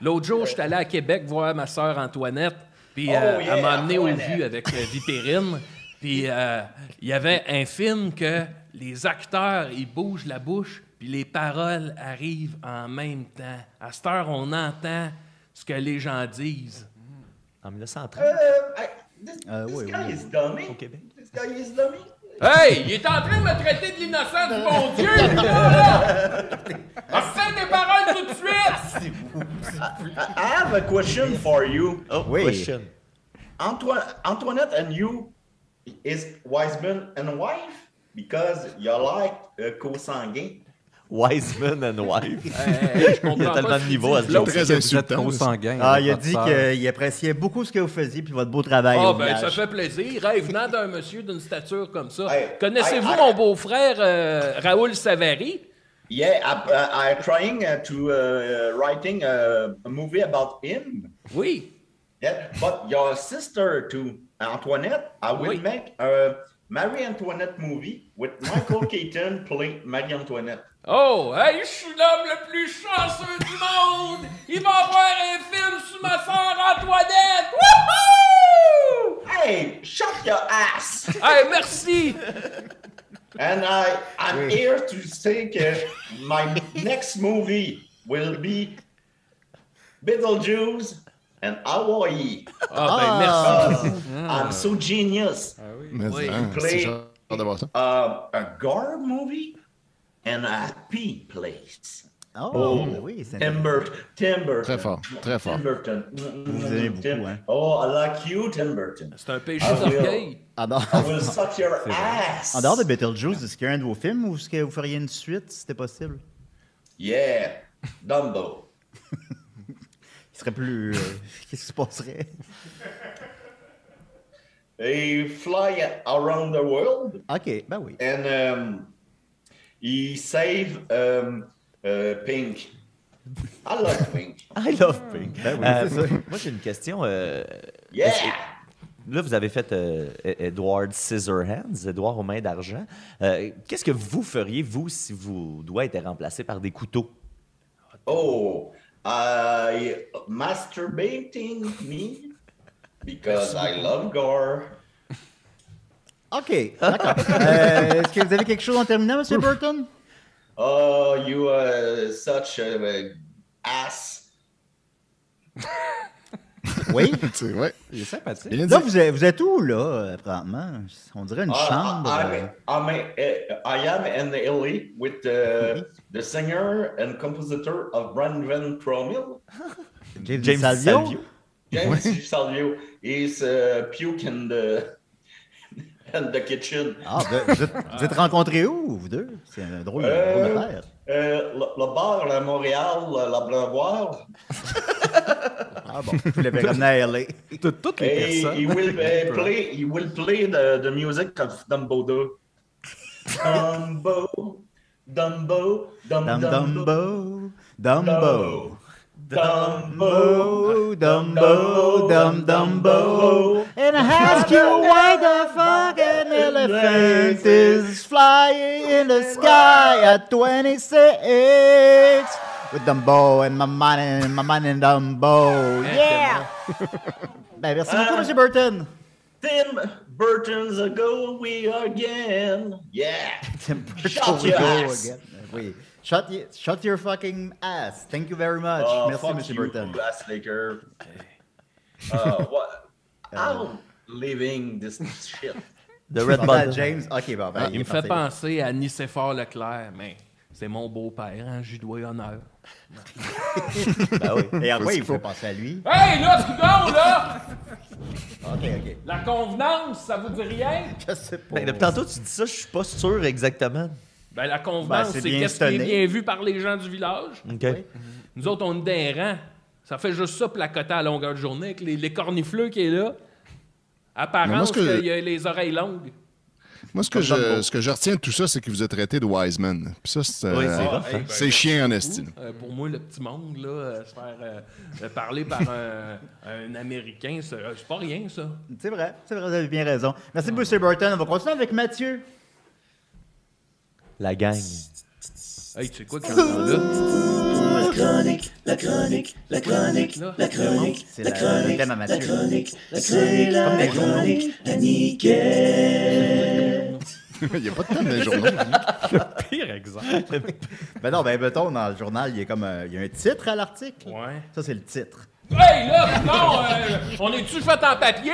Speaker 6: l'autre jour, j'étais allé à Québec voir ma sœur Antoinette, puis
Speaker 9: Oh,
Speaker 6: euh,
Speaker 9: yeah,
Speaker 6: elle m'a amené au
Speaker 9: Antoinette.
Speaker 6: vu avec euh, Vipérine. Puis euh, il y avait un film que les acteurs, ils bougent la bouche, puis les paroles arrivent en même temps. À cette heure, on entend ce que les gens disent.
Speaker 3: En 1930,
Speaker 9: Uh, I, this,
Speaker 2: Uh,
Speaker 9: this
Speaker 2: wait,
Speaker 9: guy
Speaker 2: wait.
Speaker 9: is dummy.
Speaker 3: au Québec.
Speaker 9: This guy is dummy.
Speaker 6: Hey, il est en train de me traiter de l'innocent du bon Dieu, lui, là, là! Retiens tes paroles tout de suite!
Speaker 9: I I have a question for you.
Speaker 3: Oh,
Speaker 2: Oui.
Speaker 3: question.
Speaker 9: Antoine, Antoinette and you is husband and wife because you're like uh, a co-sanguin.
Speaker 3: Wiseman and wife.
Speaker 6: Hey, Euh, je comprends
Speaker 3: Il y a
Speaker 6: pas
Speaker 3: tellement
Speaker 6: ce
Speaker 3: de
Speaker 6: qu'il
Speaker 3: niveaux à
Speaker 6: dit.
Speaker 3: ce joke.
Speaker 4: Très
Speaker 8: Parce que vous êtes
Speaker 4: insultant,
Speaker 8: trop sanguin.
Speaker 2: Ah,
Speaker 8: hein,
Speaker 2: il a
Speaker 8: votre
Speaker 2: dit
Speaker 8: sœur.
Speaker 2: qu'il appréciait beaucoup ce que vous faisiez, puis votre beau travail.
Speaker 6: Ah,
Speaker 2: au
Speaker 6: ben, ça
Speaker 2: village.
Speaker 6: fait plaisir. Hey, venant d'un monsieur d'une stature comme ça.
Speaker 9: Hey,
Speaker 6: Connaissez-vous
Speaker 9: hey,
Speaker 6: mon
Speaker 9: hey.
Speaker 6: beau-frère euh, Raoul Savary?
Speaker 9: Yeah, I, I, I'm trying uh, to uh, writing uh, a, a movie about him.
Speaker 6: Oui.
Speaker 9: Yeah, but your sister to Antoinette, I will
Speaker 6: Oui.
Speaker 9: make a Marie Antoinette movie with Michael Keaton playing Marie Antoinette.
Speaker 6: Oh, hey, je suis l'homme le plus chanceux du monde! Il va avoir un film sur ma sœur Antoinette! Wouhou!
Speaker 9: Hey, shut your ass!
Speaker 6: Hey, merci!
Speaker 9: And I,
Speaker 4: Mm.
Speaker 9: I'm here to say that my next movie will be Beetlejuice and Hawaii.
Speaker 6: Ah, ben, merci.
Speaker 9: Uh,
Speaker 2: Mm.
Speaker 9: I'm so genius.
Speaker 4: Mais
Speaker 6: Oui.
Speaker 4: hein,
Speaker 9: Play.
Speaker 4: c'est genre de voir ça.
Speaker 9: Uh, a gore movie and a happy place.
Speaker 2: Oh, ben oui, c'est
Speaker 9: Tim Burton. Tim Burton.
Speaker 4: Très fort, très fort.
Speaker 9: Tim Burton.
Speaker 2: Vous aimez beaucoup, hein.
Speaker 9: Oh, I like you, Tim Burton.
Speaker 6: C'est un péché
Speaker 9: Ah, oui,
Speaker 6: d'orgueil.
Speaker 2: En dehors-
Speaker 9: I will suck your ass.
Speaker 2: en dehors de Beetlejuice, est-ce qu'il y a un de vos films ou est-ce que vous feriez une suite si c'était possible?
Speaker 9: Yeah, Dumbo.
Speaker 2: Il serait plus. euh, Qu'est-ce qui se passerait?
Speaker 9: They fly around the world.
Speaker 2: Ok, ben oui.
Speaker 9: and um, he save um, uh, Pink. I love Pink.
Speaker 3: I love Pink.
Speaker 2: Ben oui,
Speaker 3: Euh,
Speaker 2: c'est ça.
Speaker 3: moi, j'ai une question. euh,
Speaker 9: Yeah.
Speaker 3: Là, vous avez fait euh, Edward Scissorhands, Edward aux mains d'argent. Euh, Qu'est-ce que vous feriez, vous, si vos doigts étaient remplacés par des couteaux?
Speaker 9: Oh, I masturbating me because I love gore.
Speaker 2: Ok, d'accord. Euh, Est-ce que vous avez quelque chose en terminant, Monsieur Burton?
Speaker 9: Oh, you are such a, a ass.
Speaker 2: Oui.
Speaker 4: Tu sais, ouais.
Speaker 8: Il est sympathique.
Speaker 4: Bien dit.
Speaker 2: Là, vous êtes, vous êtes où, là, euh, apparemment? On dirait une
Speaker 9: Ah,
Speaker 2: chambre. euh.
Speaker 9: I, I'm, I'm a, I am in the LA with uh, the singer and compositor of Brandon Cromwell.
Speaker 2: James,
Speaker 3: James
Speaker 2: Salvio?
Speaker 3: Salvio.
Speaker 9: James Salvio is uh, puke in the The Kitchen.
Speaker 2: Ah, ben, vous, êtes, vous êtes rencontrés où, vous deux? C'est un drôle,
Speaker 9: Euh,
Speaker 2: drôle d'affaire.
Speaker 9: euh, le, le bar à Montréal, la la Brevoire,
Speaker 2: Ah bon, vous l'avez ramené à LA.
Speaker 8: Toutes, toutes les
Speaker 9: et
Speaker 8: personnes.
Speaker 9: il will eh, play, he will play the, the music of Dumbo 2. Dumbo, Dumbo, Dum,
Speaker 2: Dum
Speaker 9: Dumbo,
Speaker 2: Dumbo, Dumbo,
Speaker 9: Dumbo.
Speaker 2: Dumbo, Dumbo, Dum Dumbo. And I ask you why the fuck an elephant is flying in the sky at 26 with Dumbo and my man and my man and Dumbo. Yeah! Ben, merci beaucoup, M. Burton.
Speaker 9: Tim Burton's a go we again. Yeah.
Speaker 2: Tim Burton.
Speaker 9: Shut
Speaker 2: we
Speaker 9: your
Speaker 2: go
Speaker 9: ass.
Speaker 2: again. Oui. Shut, y- shut your fucking ass. Thank you very much.
Speaker 9: Oh, fuck
Speaker 2: Merci, M.
Speaker 9: you,
Speaker 2: Burton.
Speaker 9: Last Laker. Uh, what? I'm leaving this shit.
Speaker 3: The Red
Speaker 2: Bon, ben,
Speaker 3: Button.
Speaker 2: James, ok, bon, ben,
Speaker 6: Ah, Il me
Speaker 2: est
Speaker 6: fait
Speaker 2: parti.
Speaker 6: penser à Nicéphore Leclerc, mais c'est mon beau-père, hein, je lui dois honneur.
Speaker 2: Ben oui. Et à quoi il faut penser à lui?
Speaker 6: Hey, là, coudonc, là!
Speaker 2: Ok, ok.
Speaker 6: La convenance, ça vous dit rien?
Speaker 2: Je sais pas.
Speaker 3: Ben, depuis tantôt, tu dis ça, je suis pas sûr exactement.
Speaker 6: Ben, la convenance,
Speaker 2: Ben, c'est
Speaker 6: c'est
Speaker 2: bien
Speaker 6: qu'est-ce qui est
Speaker 2: stonné.
Speaker 6: bien vu par les gens du village.
Speaker 3: OK.
Speaker 6: Nous autres, on est des rangs. Ça fait juste ça placoter à longueur de journée avec les, les cornifleux qui est là.
Speaker 4: Mais moi,
Speaker 6: Apparence
Speaker 4: ce que-
Speaker 6: qu'il y a les oreilles longues.
Speaker 4: Moi, ce que, je, ce que je retiens de tout ça, c'est que vous êtes traité de Wiseman. Puis ça, c'est euh,
Speaker 3: Oui, c'est rough, hein.
Speaker 4: c'est chien en estime.
Speaker 6: Euh, pour moi, le petit monde, là, euh, se faire euh, euh, parler par un, un Américain, c'est euh, c'est pas rien, ça.
Speaker 2: C'est vrai, c'est vrai, vous avez bien raison. Merci, M. Burton. On va continuer avec Mathieu.
Speaker 3: La gang.
Speaker 6: Hey, tu sais quoi, quand on là? La chronique, la chronique, la chronique, la chronique.
Speaker 2: C'est la, le thème à Mathieu.
Speaker 4: Il n'y a pas de temps dans les journaux.
Speaker 8: Pire exemple.
Speaker 2: Ben non, ben, mettons, dans le journal, il y a comme euh, il y a un titre à l'article.
Speaker 6: Ouais.
Speaker 2: Ça, c'est le titre.
Speaker 6: Hey, là, non, euh, on est-tu fait en papier?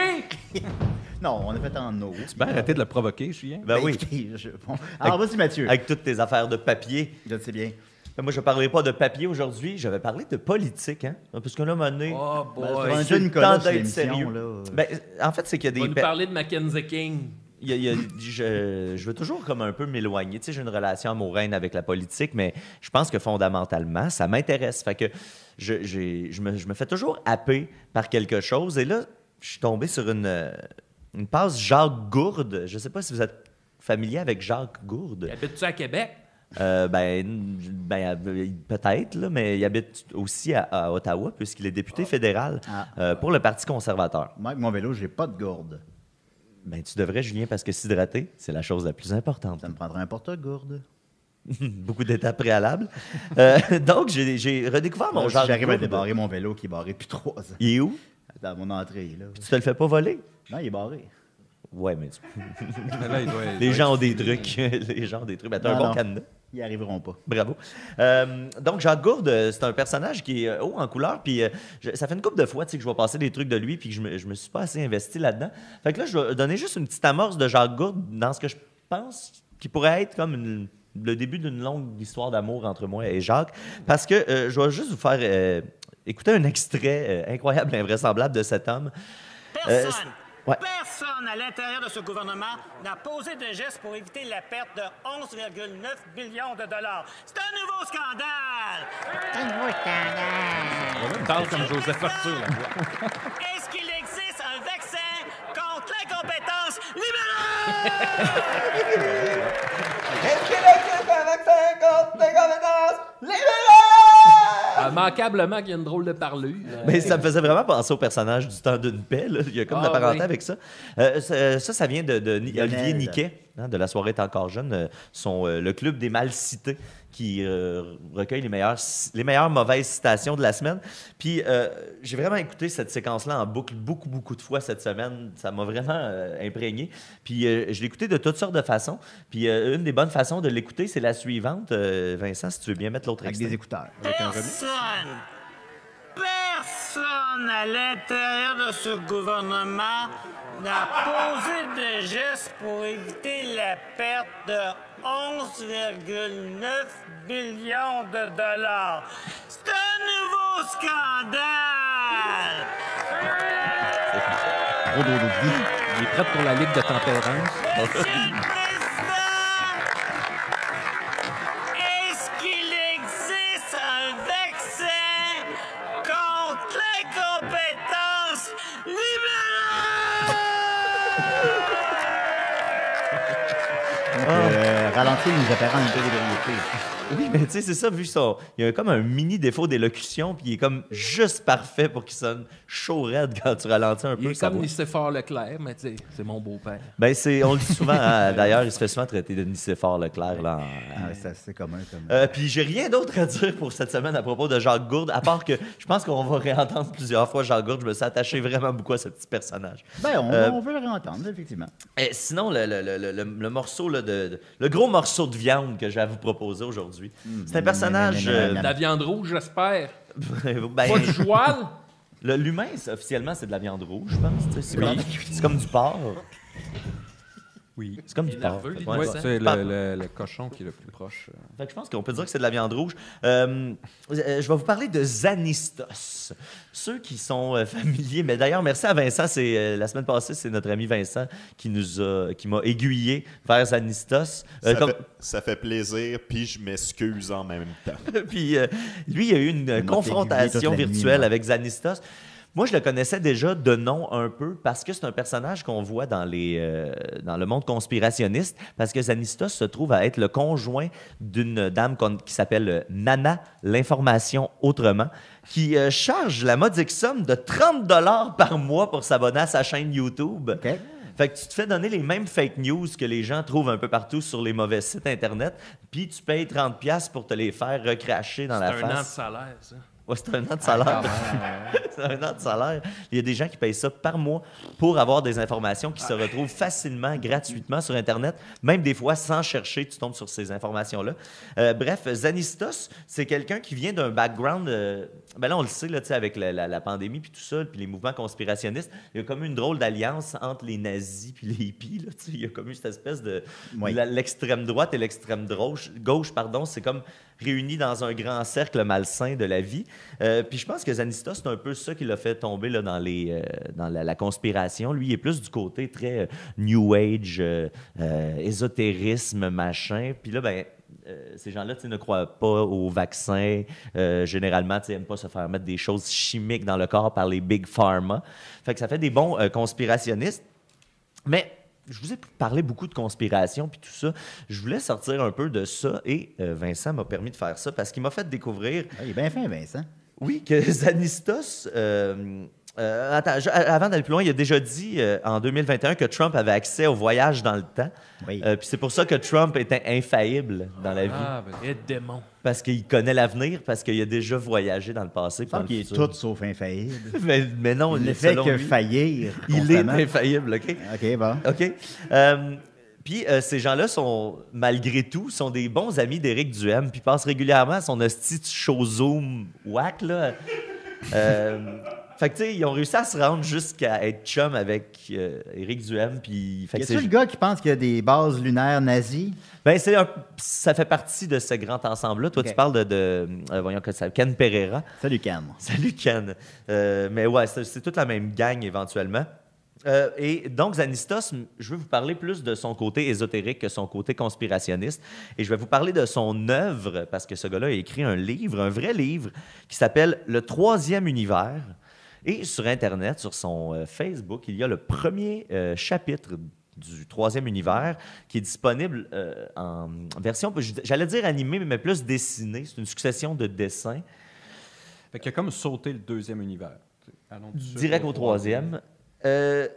Speaker 2: Non, on a fait en eau.
Speaker 8: Ben, arrêtez de le provoquer, chien.
Speaker 3: Ben oui.
Speaker 2: Je- bon. Alors, vas-y, Mathieu.
Speaker 3: Avec toutes tes affaires de papier.
Speaker 2: Je le sais bien.
Speaker 3: Ben, moi, je ne parlerai pas de papier aujourd'hui. J'avais parlé de politique, hein? Parce que là, mon nez.
Speaker 6: Oh,
Speaker 2: Ben,
Speaker 6: boy.
Speaker 2: c'est
Speaker 3: c'est
Speaker 2: Jean
Speaker 3: le
Speaker 2: Nicolas
Speaker 3: temps
Speaker 2: sur
Speaker 3: d'être
Speaker 2: l'émission,
Speaker 3: sérieux.
Speaker 2: là.
Speaker 3: Ben, en fait, c'est qu'il y a
Speaker 6: On va
Speaker 3: des.
Speaker 6: nous
Speaker 3: pa-
Speaker 6: parler de Mackenzie King.
Speaker 3: il y a- il y a- je, je veux toujours comme un peu m'éloigner. Tu sais, j'ai une relation amoureuse avec la politique, mais je pense que fondamentalement, ça m'intéresse. Fait que je, j'ai- je me, je me fais toujours happer par quelque chose. Et là, je suis tombé sur une, euh, une passe Jacques Gourde. Je sais pas si vous êtes familier avec Jacques Gourde.
Speaker 6: Habites-tu à Québec?
Speaker 3: Euh, ben, ben, euh, peut-être, là, mais il habite aussi à, à Ottawa, puisqu'il est député fédéral
Speaker 2: Ah.
Speaker 3: euh, pour le Parti conservateur.
Speaker 2: Moi, avec mon vélo, j'ai pas de gourde.
Speaker 3: Ben, tu devrais, Julien, parce que s'hydrater, c'est la chose la plus importante.
Speaker 2: Ça me prendrait un porte-gourde.
Speaker 3: Beaucoup d'étapes préalables. Euh, donc, j'ai j'ai redécouvert mon
Speaker 2: Là, Euh, si
Speaker 3: genre
Speaker 2: J'arrive à débarrer mon vélo qui est barré depuis trois ans.
Speaker 3: Il est où?
Speaker 2: Dans mon entrée, là.
Speaker 3: Tu te le fais pas voler?
Speaker 2: Non, il est barré.
Speaker 3: Ouais, mais tu-
Speaker 8: Là, il doit- il
Speaker 3: les
Speaker 8: doit
Speaker 3: gens ont des trucs. les gens ont des trucs. Ben, t'as un
Speaker 2: Non,
Speaker 3: bon
Speaker 2: non.
Speaker 3: cadenas.
Speaker 2: Ils arriveront pas.
Speaker 3: Bravo. Euh, donc, Jacques Gourde, euh, c'est un personnage qui est euh, haut en couleur. Puis, euh, je- ça fait une couple de fois tu sais, que je vois passer des trucs de lui. Puis, que je me, je me suis pas assez investi là-dedans. Fait que là, je vais donner juste une petite amorce de Jacques Gourde dans ce que je pense qui pourrait être comme une- le début d'une longue histoire d'amour entre moi et Jacques. Parce que euh, je vais juste vous faire euh, écouter un extrait euh, incroyable, invraisemblable de cet homme. Euh,
Speaker 10: Personne,
Speaker 3: c'est- ouais.
Speaker 10: personne à l'intérieur de ce gouvernement n'a posé de geste pour éviter la perte de 11,9 millions de dollars. C'est un nouveau scandale!
Speaker 6: Il parle comme Joseph Arthur, là.
Speaker 10: Est-ce qu'il existe un vaccin contre l'incompétence libérale?
Speaker 6: Ah, manquablement qu'il y a une drôle de parlure. Euh,
Speaker 3: Mais ça me faisait vraiment penser au personnage du temps d'une paix. là. Il y a comme de la
Speaker 6: Ah,
Speaker 3: parenté
Speaker 6: oui.
Speaker 3: avec ça. Euh, ça. ça, ça vient de, de Ni-
Speaker 2: Lionel.
Speaker 3: Olivier Niquet, hein, de La Soirée est encore jeune, euh, son, euh, le club des mal cités qui euh, recueille les meilleures, ci- les meilleures mauvaises citations de la semaine. Puis euh, j'ai vraiment écouté cette séquence-là en boucle beaucoup, beaucoup de fois cette semaine. Ça m'a vraiment euh, imprégné. Puis euh, je l'ai écouté de toutes sortes de façons. Puis euh, une des bonnes façons de l'écouter, c'est la suivante. Euh, Vincent, si tu veux bien mettre l'autre
Speaker 2: Avec
Speaker 3: extrait.
Speaker 2: des écouteurs.
Speaker 10: Personne, personne à l'intérieur de ce gouvernement n'a posé de geste pour éviter la perte de 11,9 millions de dollars. C'est un nouveau scandale!
Speaker 2: Trop d'eau de vie.
Speaker 5: Il est prêt pour la Ligue de tempérance.
Speaker 10: Monsieur le Président, est-ce qu'il existe un vaccin contre l'incompétence libérale?
Speaker 2: Donc, euh, ralentir nous apparents une solidarité.
Speaker 3: Oui, mais tu sais, c'est ça, vu ça. Il y a comme un mini défaut d'élocution, puis il est comme juste parfait pour qu'il sonne chaud raide quand tu ralentis un
Speaker 5: Il
Speaker 3: peu.
Speaker 5: est
Speaker 3: sa
Speaker 5: comme
Speaker 3: voix.
Speaker 5: Nicéphore Leclerc, mais tu sais, c'est mon beau-père.
Speaker 3: Ben, c'est, on le dit souvent, hein. d'ailleurs, il se fait souvent traiter de Nicéphore Leclerc. Là, en-
Speaker 2: Ouais, ça, c'est commun. Comme...
Speaker 3: Euh, puis j'ai rien d'autre à dire pour cette semaine à propos de Jacques Gourde, à part que je pense qu'on va réentendre plusieurs fois Jacques Gourde. Je me suis attaché vraiment beaucoup à ce petit personnage.
Speaker 2: Ben, on,
Speaker 3: euh,
Speaker 2: on veut le réentendre, effectivement.
Speaker 3: Et sinon, le, le- le- le- le- le morceau, là, de, de- le gros morceau de viande que j'ai à vous proposer aujourd'hui,
Speaker 5: Hmm.
Speaker 3: c'est un personnage. euh,
Speaker 6: De la viande rouge, j'espère.
Speaker 3: ben,
Speaker 6: Pas de joual.
Speaker 3: le- l'humain, c'est- officiellement, c'est de la viande rouge, je pense. tu sais, C'est comme, c'est comme du porc.
Speaker 5: Oui.
Speaker 3: C'est comme
Speaker 6: Il est
Speaker 3: du porc.
Speaker 6: nerveux,
Speaker 3: fait
Speaker 6: lui,
Speaker 3: pas
Speaker 5: Ouais,
Speaker 3: de sens.
Speaker 5: c'est
Speaker 3: Par-
Speaker 5: le, le- le cochon qui est le plus proche. euh.
Speaker 3: Fait que je pense qu'on peut dire que c'est de la viande rouge. Euh, euh, je vais vous parler de Zanistos. Ceux qui sont euh, familiers, mais d'ailleurs, merci à Vincent. C'est euh, la semaine passée, c'est notre ami Vincent qui nous a, qui m'a aiguillé vers Zanistos.
Speaker 11: Ça,
Speaker 3: Euh, comme-
Speaker 11: fait, ça fait plaisir, puis je m'excuse en même temps.
Speaker 3: Puis euh, lui, il y a eu une euh,
Speaker 2: m'a aiguillé
Speaker 3: confrontation
Speaker 2: toute la nuit,
Speaker 3: virtuelle
Speaker 2: moi.
Speaker 3: avec Zanistos. Moi, je le connaissais déjà de nom un peu parce que c'est un personnage qu'on voit dans, les, euh, dans le monde conspirationniste parce que Zanistos se trouve à être le conjoint d'une dame qu'on- qui s'appelle euh, Nana, l'information autrement, qui euh, charge la modique somme de 30 dollars par mois pour s'abonner à sa chaîne YouTube.
Speaker 2: OK.
Speaker 3: Fait que tu te fais donner les mêmes fake news que les gens trouvent un peu partout sur les mauvais sites Internet, puis tu payes 30$ pour te les faire recracher dans
Speaker 6: C'est
Speaker 3: la
Speaker 6: un an de
Speaker 3: face.
Speaker 6: salaire, ça.
Speaker 3: Ouais, c'est un an de salaire. c'est un an de salaire. Il y a des gens qui payent ça par mois pour avoir des informations qui se retrouvent facilement, gratuitement sur Internet. Même des fois, sans chercher, tu tombes sur ces informations-là. Euh, bref, Zanistos, c'est quelqu'un qui vient d'un background... euh, ben là, on le sait, là, tu sais, avec la, la- la pandémie, puis tout ça, puis les mouvements conspirationnistes, il y a comme eu une drôle d'alliance entre les nazis puis les hippies. Là, tu sais. il y a comme eu cette espèce de...
Speaker 2: Oui.
Speaker 3: la- L'extrême droite et l'extrême droche- gauche, pardon, c'est comme réunis dans un grand cercle malsain de la vie. Euh, puis je pense que Zanista, c'est un peu ça qui l'a fait tomber là, dans, les, euh, dans la, la conspiration. Lui, il est plus du côté très euh, New Age, euh, euh, ésotérisme, machin. Puis là, ben, euh, ces gens-là tu sais, ne croient pas aux vaccins. Euh, généralement, tu sais, ils n'aiment pas se faire mettre des choses chimiques dans le corps par les big pharma. Fait que ça fait des bons euh, conspirationnistes. Mais je vous ai parlé beaucoup de conspiration puis tout ça. Je voulais sortir un peu de ça et euh, Vincent m'a permis de faire ça parce qu'il m'a fait découvrir
Speaker 2: Ah, il est bien fin, Vincent.
Speaker 3: oui, que Zanistos. euh, euh, attends, je- avant d'aller plus loin, il a déjà dit euh, en 2021 que Trump avait accès au voyage dans le temps.
Speaker 2: Oui.
Speaker 3: Euh, Puis c'est pour ça que Trump était infaillible dans la vie.
Speaker 5: Ah, ben,
Speaker 6: Et démon.
Speaker 3: Parce qu'il connaît l'avenir, parce qu'il a déjà voyagé dans le passé.
Speaker 2: Il
Speaker 3: puis Dans
Speaker 2: semble
Speaker 3: le
Speaker 2: qu'il est
Speaker 3: futur.
Speaker 2: tout sauf infaillible.
Speaker 3: Mais, mais non,
Speaker 2: Il ne fait
Speaker 3: selon
Speaker 2: que
Speaker 3: lui,
Speaker 2: faillir.
Speaker 3: Il est
Speaker 2: constamment.
Speaker 3: infaillible, OK?
Speaker 2: OK, bon.
Speaker 3: OK. Euh, puis euh, ces gens-là sont, malgré tout, sont des bons amis d'Éric Duhem, puis passent régulièrement à son hostie de show Zoom whack, là. Euh, fait que, tu sais, ils ont réussi à se rendre jusqu'à être chum avec euh, Éric Duhem, puis... fait
Speaker 2: Y
Speaker 3: que
Speaker 2: a-tu
Speaker 3: c'est-
Speaker 2: le gars qui pense qu'il y a des bases lunaires nazies?
Speaker 3: ben, c'est un- ça fait partie de ce grand ensemble-là. Toi,
Speaker 2: OK.
Speaker 3: tu parles de, de, euh, voyons que ça, Ken Pereira.
Speaker 2: Salut, Cam.
Speaker 3: Salut Ken. Euh, mais ouais, c'est c'est toute la même gang éventuellement. Euh, et donc, Zanistos, m- je vais vous parler plus de son côté ésotérique que son côté conspirationniste. Et je vais vous parler de son œuvre, parce que ce gars-là a écrit un livre, un vrai livre, qui s'appelle Le Troisième Univers. Et sur Internet, sur son euh, Facebook, il y a le premier euh, chapitre du Troisième Univers qui est disponible euh, en version, j'allais dire animée, mais plus dessinée. C'est une succession de dessins.
Speaker 5: Fait qu'il a comme sauté le deuxième univers. Allons tout de suite
Speaker 3: Direct au troisième. Euh,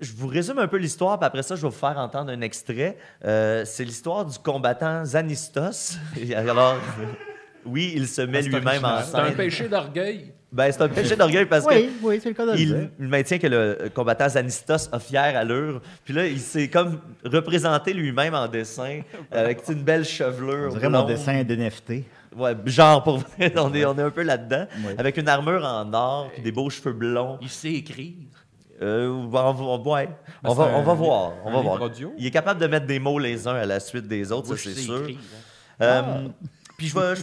Speaker 3: je vous résume un peu l'histoire, puis après ça, je vais vous faire entendre un extrait. Euh, c'est l'histoire du combattant Zanistos. Et Alors, euh, oui, il se met lui-même en
Speaker 6: Ah, C'est un
Speaker 3: scène.
Speaker 6: péché d'orgueil.
Speaker 3: Ben, c'est un péché d'orgueil parce que
Speaker 2: Oui, oui, c'est le cas de le dire.
Speaker 3: il, il maintient que le combattant Zanistos a fière allure. Puis là, il s'est comme représenté lui-même en dessin avec tu sais, une belle
Speaker 2: On
Speaker 3: chevelure.
Speaker 2: dirait mon
Speaker 3: blonde.
Speaker 2: dessin d'NFT.
Speaker 3: Ouais, genre, pour vrai, on est, on est un peu là-dedans.
Speaker 2: Ouais.
Speaker 3: Avec une armure en or, puis des beaux cheveux blonds.
Speaker 6: Euh, Il sait écrire.
Speaker 3: Euh, on va, on va- ouais. on
Speaker 5: c'est
Speaker 3: va,
Speaker 5: un
Speaker 3: on va
Speaker 5: livre-
Speaker 3: voir. On
Speaker 5: un
Speaker 3: va
Speaker 5: livre
Speaker 3: voir.
Speaker 5: audio?
Speaker 3: Il est capable de mettre des mots les uns à la suite des autres,
Speaker 6: Moi,
Speaker 3: ça
Speaker 6: je
Speaker 3: c'est
Speaker 6: sais
Speaker 3: sûr.
Speaker 6: écrire. hein.
Speaker 3: Euh, Puis je vais. Je,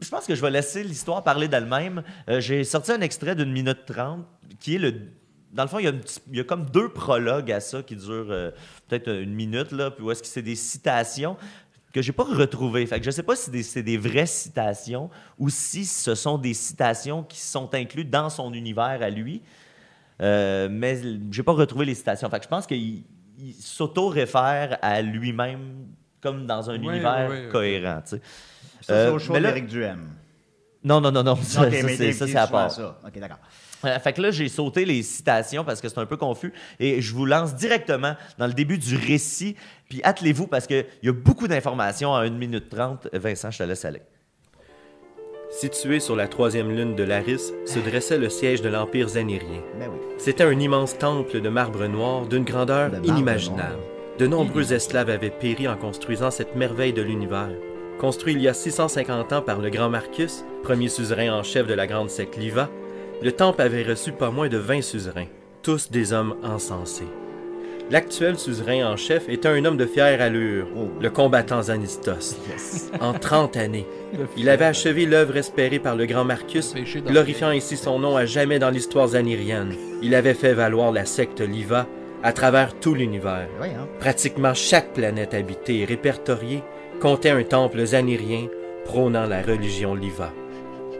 Speaker 3: je pense que je vais laisser l'histoire parler d'elle-même. Euh, J'ai sorti un extrait d'une minute trente qui est le Dans le fond, il y, a une petite- il y a comme deux prologues à ça qui durent euh, peut-être une minute, là, puis où est-ce que c'est des citations que j'ai pas retrouvées. Fait que je sais pas si des- c'est des vraies citations ou si ce sont des citations qui sont incluses dans son univers à lui. Euh, mais j'ai pas retrouvé les citations. Fait que je pense qu'il il s'auto-réfère à lui-même comme dans un
Speaker 2: Ouais,
Speaker 3: univers
Speaker 2: ouais, ouais.
Speaker 3: cohérent. tu sais.
Speaker 2: Ça, c'est
Speaker 3: Euh,
Speaker 2: au show
Speaker 3: mais là-
Speaker 2: d'Éric Duhem.
Speaker 3: Non, non, non, non. Ça,
Speaker 2: Ok,
Speaker 3: ça,
Speaker 2: mais
Speaker 3: c'est
Speaker 2: t'es
Speaker 3: ça,
Speaker 2: petit,
Speaker 3: c'est à
Speaker 2: souvent
Speaker 3: part.
Speaker 2: ça. OK, d'accord.
Speaker 3: Euh, fait que là, j'ai sauté les citations parce que c'est un peu confus. Et je vous lance directement dans le début du récit. Puis attelez-vous parce qu'il y a beaucoup d'informations à 1 minute 30. Vincent, je te laisse aller.
Speaker 12: Situé sur la troisième lune de Laris, se dressait le siège de l'Empire zanérien.
Speaker 2: Ben oui.
Speaker 12: C'était un immense temple de marbre noir d'une grandeur
Speaker 2: marbre
Speaker 12: inimaginable.
Speaker 2: noir.
Speaker 12: De nombreux esclaves avaient péri en construisant cette merveille de l'univers. Construit il y a 650 ans par le grand Marcus, premier suzerain en chef de la grande secte Liva, le temple avait reçu pas moins de 20 suzerains, tous des hommes encensés. L'actuel suzerain en chef était un homme de fière allure,
Speaker 2: Oh.
Speaker 12: le combattant Zanistos. En 30 années, il avait achevé l'œuvre espérée par le grand Marcus, glorifiant ainsi son nom à jamais dans l'histoire zanirienne. Il avait fait valoir la secte Liva à travers tout l'univers.
Speaker 2: Oui, hein.
Speaker 12: Pratiquement chaque planète habitée et répertoriée comptait un temple zanirien prônant la religion Liva.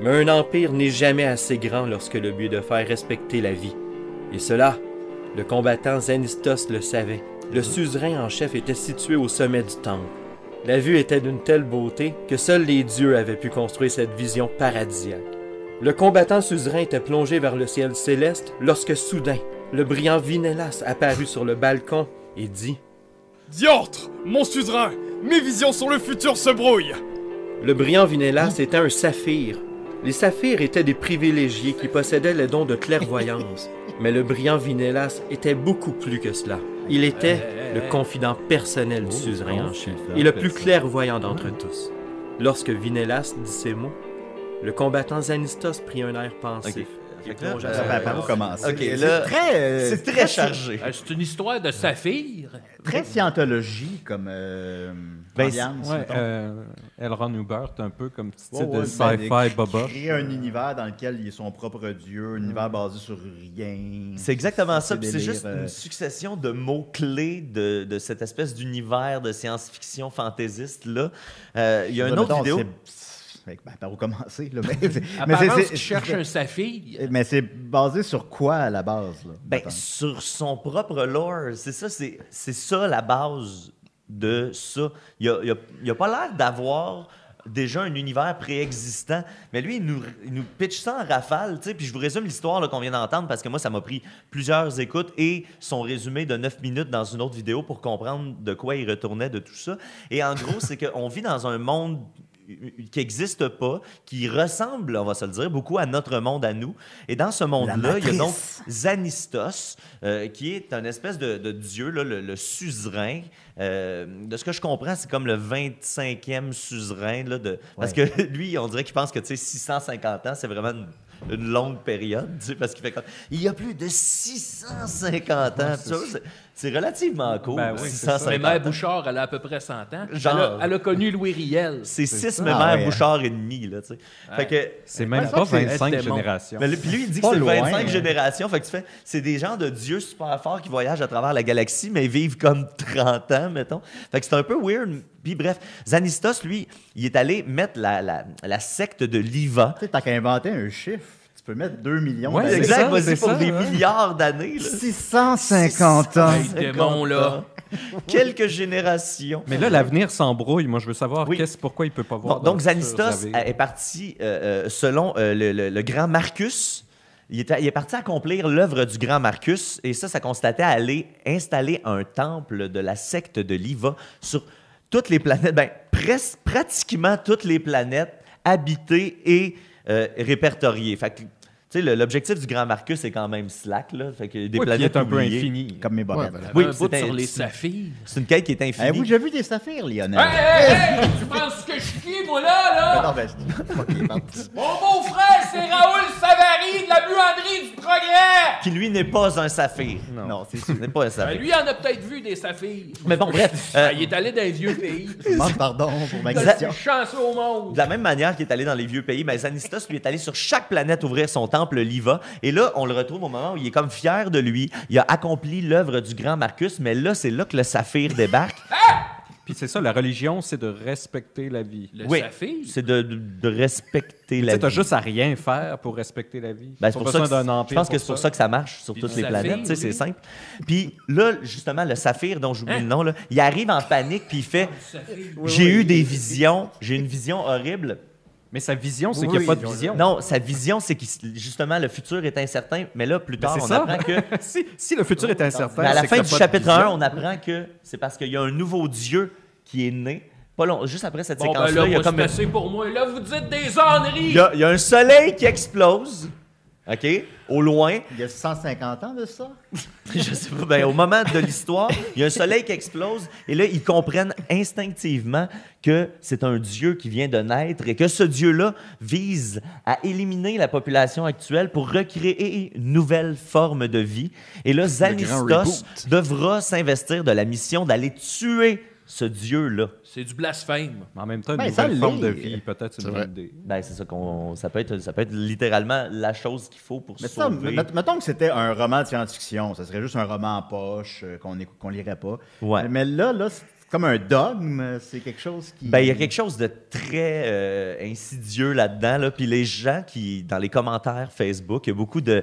Speaker 12: Mais un empire n'est jamais assez grand lorsque le but est de faire respecter la vie. Et cela, le combattant Zanistos le savait. Le suzerain en chef était situé au sommet du temple. La vue était d'une telle beauté que seuls les dieux avaient pu construire cette vision paradisiaque. Le combattant suzerain était plongé vers le ciel céleste lorsque soudain, le brillant Vinelas apparut sur le balcon et dit
Speaker 13: Diantre, mon suzerain, mes visions sur le futur se brouillent.
Speaker 12: Le brillant Vinelas était un saphir. Les saphirs étaient des privilégiés qui possédaient le don de clairvoyance. Mais le brillant Vinelas était beaucoup plus que cela. Il était
Speaker 3: Euh,
Speaker 12: le confident personnel
Speaker 3: oh,
Speaker 12: du suzerain en chef et le plus clairvoyant d'entre tous. Lorsque Vinelas dit ces mots, le combattant Zanistos prit un air pensif.
Speaker 3: Fait que
Speaker 12: et
Speaker 3: là,
Speaker 12: plongea
Speaker 3: euh,
Speaker 12: sa
Speaker 2: par où
Speaker 12: face.
Speaker 2: commencer?
Speaker 3: OK,
Speaker 2: C'est
Speaker 3: là,
Speaker 2: très, euh,
Speaker 3: c'est très
Speaker 2: très-
Speaker 3: chargé.
Speaker 6: Euh, c'est une histoire de saphir.
Speaker 2: Très scientologie comme euh,
Speaker 3: Ben,
Speaker 2: ambiance,
Speaker 5: ouais,
Speaker 2: mettons.
Speaker 5: euh, Elron Hubert, un peu comme petit
Speaker 2: Ouais,
Speaker 5: titre de
Speaker 2: ouais, ben,
Speaker 5: sci-fi
Speaker 2: cré-
Speaker 5: boba.
Speaker 2: Créer un univers dans lequel il est son propre dieu, un univers basé sur rien.
Speaker 3: Mm. C'est exactement ça.
Speaker 2: Ces
Speaker 3: puis C'est
Speaker 2: délires,
Speaker 3: juste
Speaker 2: euh,
Speaker 3: une succession de mots-clés de, de cette espèce d'univers de science-fiction fantaisiste-là. Euh, Il y a
Speaker 2: Ouais,
Speaker 3: une autre
Speaker 2: mettons,
Speaker 3: vidéo.
Speaker 2: c'est- Fait que, ben, par où commencer? Là, mais
Speaker 3: Apparence
Speaker 2: c'est-
Speaker 3: qui cherche un saphir.
Speaker 2: Mais c'est basé sur quoi à la base? Là,
Speaker 3: Ben,
Speaker 2: mettons?
Speaker 3: sur son propre lore, c'est ça, c'est, c'est ça la base de ça. Il a, il a- il a pas l'air d'avoir déjà un univers préexistant, mais lui, il nous, il nous pitch ça en rafale, tu sais, puis je vous résume l'histoire là, qu'on vient d'entendre, parce que moi, ça m'a pris plusieurs écoutes et son résumé de 9 minutes dans une autre vidéo pour comprendre de quoi il retournait de tout ça. Et en gros, c'est qu'on vit dans un monde qui n'existe pas, qui ressemble, on va se le dire, beaucoup à notre monde à nous. Et dans ce monde-là, il y a donc
Speaker 1: matrice.
Speaker 3: Zanistos, euh, qui est un espèce de, de dieu, là, le, le suzerain. Euh, de ce que je comprends, c'est comme le 25e suzerain. Là, de, Parce
Speaker 1: Ouais.
Speaker 3: que lui, on dirait qu'il pense que tu sais, 650 ans, c'est vraiment une, une longue période. tu sais, Parce qu'il fait comme. Il y a plus de 650 ans.
Speaker 6: Ouais,
Speaker 3: tu
Speaker 6: c'est
Speaker 3: sais, c'est- c'est relativement court.
Speaker 6: Ben oui, c'est ça. Mais
Speaker 3: 650
Speaker 6: Mère
Speaker 3: ans.
Speaker 6: Bouchard, elle a à peu près 100 ans.
Speaker 3: Genre.
Speaker 6: Elle, a, elle a connu Louis Riel.
Speaker 3: C'est six
Speaker 6: ça. Ah
Speaker 3: mémères Bouchard et demi, là, tu sais. Fait que-
Speaker 5: C'est même
Speaker 3: Ouais,
Speaker 5: pas
Speaker 3: ça, c'est-
Speaker 5: 25
Speaker 3: c'est bon.
Speaker 5: générations.
Speaker 3: Mais lui- puis lui, il dit que
Speaker 5: Pas
Speaker 3: c'est
Speaker 5: loin,
Speaker 3: 25
Speaker 5: hein.
Speaker 3: générations. Fait que tu fais, c'est des gens de dieux super forts qui voyagent à travers la galaxie, mais ils vivent comme 30 ans, mettons. Fait que c'est un peu weird. Puis bref, Zanistos, lui, il est allé mettre la, la, la secte de l'IVA.
Speaker 2: Tu sais, T'as qu'à inventer un chiffre. Tu peux mettre 2 millions.
Speaker 3: Ouais,
Speaker 2: d'années.
Speaker 3: exact, vas-y, pour des milliards d'années. là.
Speaker 2: 650 ans.
Speaker 3: Hey, démon, là. Quelques générations.
Speaker 5: Mais là, l'avenir s'embrouille. Moi, je veux savoir qu'est-ce, pourquoi il peut pas voir.
Speaker 3: Bon, donc
Speaker 5: dans le futur,
Speaker 3: Zanistos
Speaker 5: Xavier.
Speaker 3: est parti, euh, euh, selon euh, le, le- le grand Marcus, il, était- il est parti accomplir l'œuvre du grand Marcus, et ça, ça constatait à aller installer un temple de la secte de l'Iva sur toutes les planètes, ben, presque, pratiquement toutes les planètes habitées et euh, répertoriées. Fait que, tu sais, le- l'objectif du grand Marcus est quand même slack, là. Fait que des
Speaker 5: Ouais, puis il
Speaker 3: planètes
Speaker 5: est un peu
Speaker 3: oubliées.
Speaker 5: infini.
Speaker 2: Comme mes
Speaker 3: Ouais,
Speaker 2: bobettes.
Speaker 3: ben, oui,
Speaker 6: Oui, un bout
Speaker 3: c'est
Speaker 6: sur
Speaker 3: un-
Speaker 6: les
Speaker 3: c'est-
Speaker 6: saphirs.
Speaker 3: C'est une quête qui
Speaker 5: Eh,
Speaker 3: est infinie.
Speaker 2: Avez-vous déjà vu des saphirs, Lionel?
Speaker 6: Hey, hey, hey, tu penses que je suis qui, moi, là, là?
Speaker 2: Non, ben, je- Ok, pardon.
Speaker 6: Mon beau-frère, c'est Raoul Savary de la buanderie du progrès!
Speaker 3: qui lui n'est pas un saphir. Non,
Speaker 2: c'est sûr.
Speaker 3: n'est pas un
Speaker 6: Ben,
Speaker 3: saphir.
Speaker 6: lui, il en a peut-être vu des saphirs.
Speaker 3: Mais bon, bref. euh,
Speaker 6: Ah, il est allé dans les vieux pays.
Speaker 2: Demande Ah, pardon pour ma
Speaker 6: C'est
Speaker 3: question.
Speaker 6: le plus chanceux au monde.
Speaker 3: De la même manière qu'il est allé dans les vieux pays, mais Zanistos lui est allé sur chaque planète ouvrir son temple, l'Iva. Et là, on le retrouve au moment où il est comme fier de lui. Il a accompli l'œuvre du grand Marcus, mais là, c'est là que le saphir débarque.
Speaker 5: Puis c'est ça, la religion, c'est de respecter la vie.
Speaker 6: Le
Speaker 3: Oui,
Speaker 6: saphir?
Speaker 3: c'est de, de- de respecter
Speaker 5: Tu
Speaker 3: la
Speaker 5: sais,
Speaker 3: vie.
Speaker 5: t'as juste à rien faire pour respecter la vie.
Speaker 3: Ben,
Speaker 5: T'as
Speaker 3: c'est pour ça
Speaker 5: besoin
Speaker 3: que
Speaker 5: d'un empire
Speaker 3: je pense que c'est pour ça que ça marche sur
Speaker 5: Puis
Speaker 3: toutes
Speaker 5: du
Speaker 3: les planètes.
Speaker 5: saphir,
Speaker 3: tu sais, C'est
Speaker 5: oui. Hein?
Speaker 3: simple. Puis là, justement, le saphir dont j'oublie le nom, là, il arrive en panique puis il fait
Speaker 5: Ah,
Speaker 3: « J'ai eu des visions, j'ai une vision horrible. »
Speaker 5: Mais sa vision, c'est qu'il n'y a pas de vision.
Speaker 3: Non, sa vision, c'est que justement, le futur est incertain. Mais là, plus
Speaker 5: Ben,
Speaker 3: tard,
Speaker 5: c'est
Speaker 3: on
Speaker 5: ça.
Speaker 3: apprend que...
Speaker 5: si, si le futur est incertain,
Speaker 3: Mais à la
Speaker 5: c'est
Speaker 3: fin
Speaker 5: que
Speaker 3: du
Speaker 5: t'as pas de
Speaker 3: chapitre 1,
Speaker 5: vision.
Speaker 3: on apprend que c'est parce qu'il y a un nouveau dieu qui est né. Pas long, juste après cette
Speaker 6: Bon, ben
Speaker 3: séquence-là,
Speaker 6: là,
Speaker 3: il y a
Speaker 6: moi,
Speaker 3: comme
Speaker 6: c'est
Speaker 3: une-
Speaker 6: assez pour moi. Là, vous dites des âneries.
Speaker 3: il y, a, il y a un soleil qui explose. OK? Au loin.
Speaker 2: Il y a 150 ans de ça?
Speaker 3: Je sais pas. ben, au moment de l'histoire, il y a un soleil qui explose. Et là, ils comprennent instinctivement que c'est un dieu qui vient de naître et que ce dieu-là vise à éliminer la population actuelle pour recréer une nouvelle forme de vie. Et là, Zanistos
Speaker 6: reboot.
Speaker 3: devra s'investir de la mission d'aller tuer ce dieu-là.
Speaker 6: C'est du blasphème.
Speaker 5: Mais en même temps, une
Speaker 3: Ben, ça
Speaker 5: nouvelle forme de
Speaker 3: l'est.
Speaker 5: vie, peut-être une bonne idée.
Speaker 3: Ben, c'est ça qu'on. Ça peut, être, ça peut être littéralement la chose qu'il faut pour
Speaker 2: Mais ça,
Speaker 3: sauver.
Speaker 2: met- mettons que c'était un roman de science-fiction, ça serait juste un roman en poche euh, qu'on écou- qu'on lirait pas.
Speaker 3: Ouais.
Speaker 2: Mais là, là c'est comme un dogme, c'est quelque chose qui.
Speaker 3: Ben, il y a quelque chose de très euh, insidieux là-dedans. Là. Puis les gens qui, dans les commentaires Facebook, il y a beaucoup de.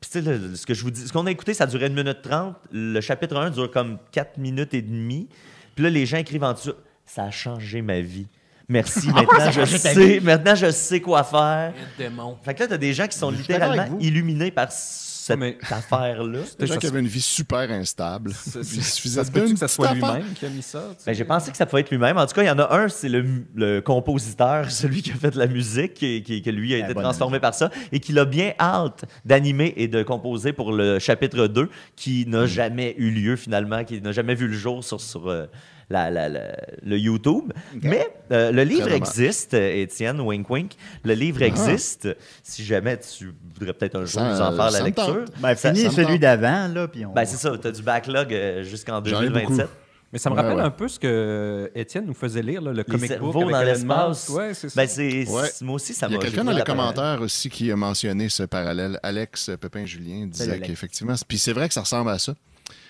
Speaker 3: Puis tu sais, le- ce que je vous dis, ce qu'on a écouté, ça durait 1 minute 30. Le chapitre 1 dure comme 4 minutes et demie. Puis là, les gens écrivent en dessous Ça a changé ma vie. Merci. Maintenant, je
Speaker 6: Ah, changé ta
Speaker 3: sais,
Speaker 6: vie?
Speaker 3: maintenant, je sais quoi faire.
Speaker 6: Démon.
Speaker 3: Fait que là, t'as des gens qui sont
Speaker 2: Je suis d'accord avec
Speaker 3: littéralement
Speaker 2: vous.
Speaker 3: illuminés par cette affaire-là.
Speaker 4: Des gens qui avaient une vie super instable. Il suffisait
Speaker 5: Ça se peut-tu
Speaker 4: d'une
Speaker 5: que ça soit
Speaker 4: petite affaire.
Speaker 5: lui-même qui a mis ça? tu sais?
Speaker 3: Ben, j'ai pensé que ça pouvait être lui-même. En tout cas, il y en a un, c'est le, le compositeur, celui qui a fait de la musique, et qui, que lui a
Speaker 2: Ah,
Speaker 3: été
Speaker 2: bonne
Speaker 3: transformé par ça, et qu'il a bien hâte d'animer et de composer pour le chapitre 2, qui n'a
Speaker 4: Mm.
Speaker 3: jamais eu lieu finalement, qui n'a jamais vu le jour sur, sur euh, la- la- la- le YouTube. Mais euh, le livre
Speaker 4: Très dommage.
Speaker 3: existe, euh, Étienne, wink wink. Le livre existe. Si jamais tu voudrais peut-être un jour
Speaker 4: Ah. Ça,
Speaker 3: nous en faire
Speaker 4: ça
Speaker 3: la
Speaker 4: me tente.
Speaker 3: lecture.
Speaker 2: Ben,
Speaker 3: ça-
Speaker 2: finis
Speaker 4: ça me
Speaker 2: celui
Speaker 4: tente.
Speaker 2: d'avant, là, puis on.
Speaker 3: Ben, c'est ça, tu as du backlog euh, jusqu'en
Speaker 4: J'en ai beaucoup.
Speaker 3: 2027.
Speaker 5: Mais ça me
Speaker 4: Ouais,
Speaker 5: rappelle
Speaker 4: ouais.
Speaker 5: un peu ce que euh, Étienne nous faisait lire, là, le
Speaker 3: Les
Speaker 5: comic book
Speaker 3: cerveaux
Speaker 5: avec
Speaker 3: dans
Speaker 5: Elon
Speaker 3: l'espace.
Speaker 5: Musk. Ouais, c'est ça.
Speaker 3: Ben, c'est-
Speaker 4: Ouais.
Speaker 3: c'est- Moi aussi, ça
Speaker 4: Il y a
Speaker 3: m'a-
Speaker 4: quelqu'un
Speaker 3: j'ai
Speaker 4: dans
Speaker 3: pris
Speaker 4: les
Speaker 3: la parole.
Speaker 4: commentaires aussi qui a mentionné ce parallèle. Alex Pépin-Julien
Speaker 2: Salut,
Speaker 4: disait
Speaker 2: Alex.
Speaker 4: qu'effectivement, c'est- puis c'est vrai que ça ressemble à ça.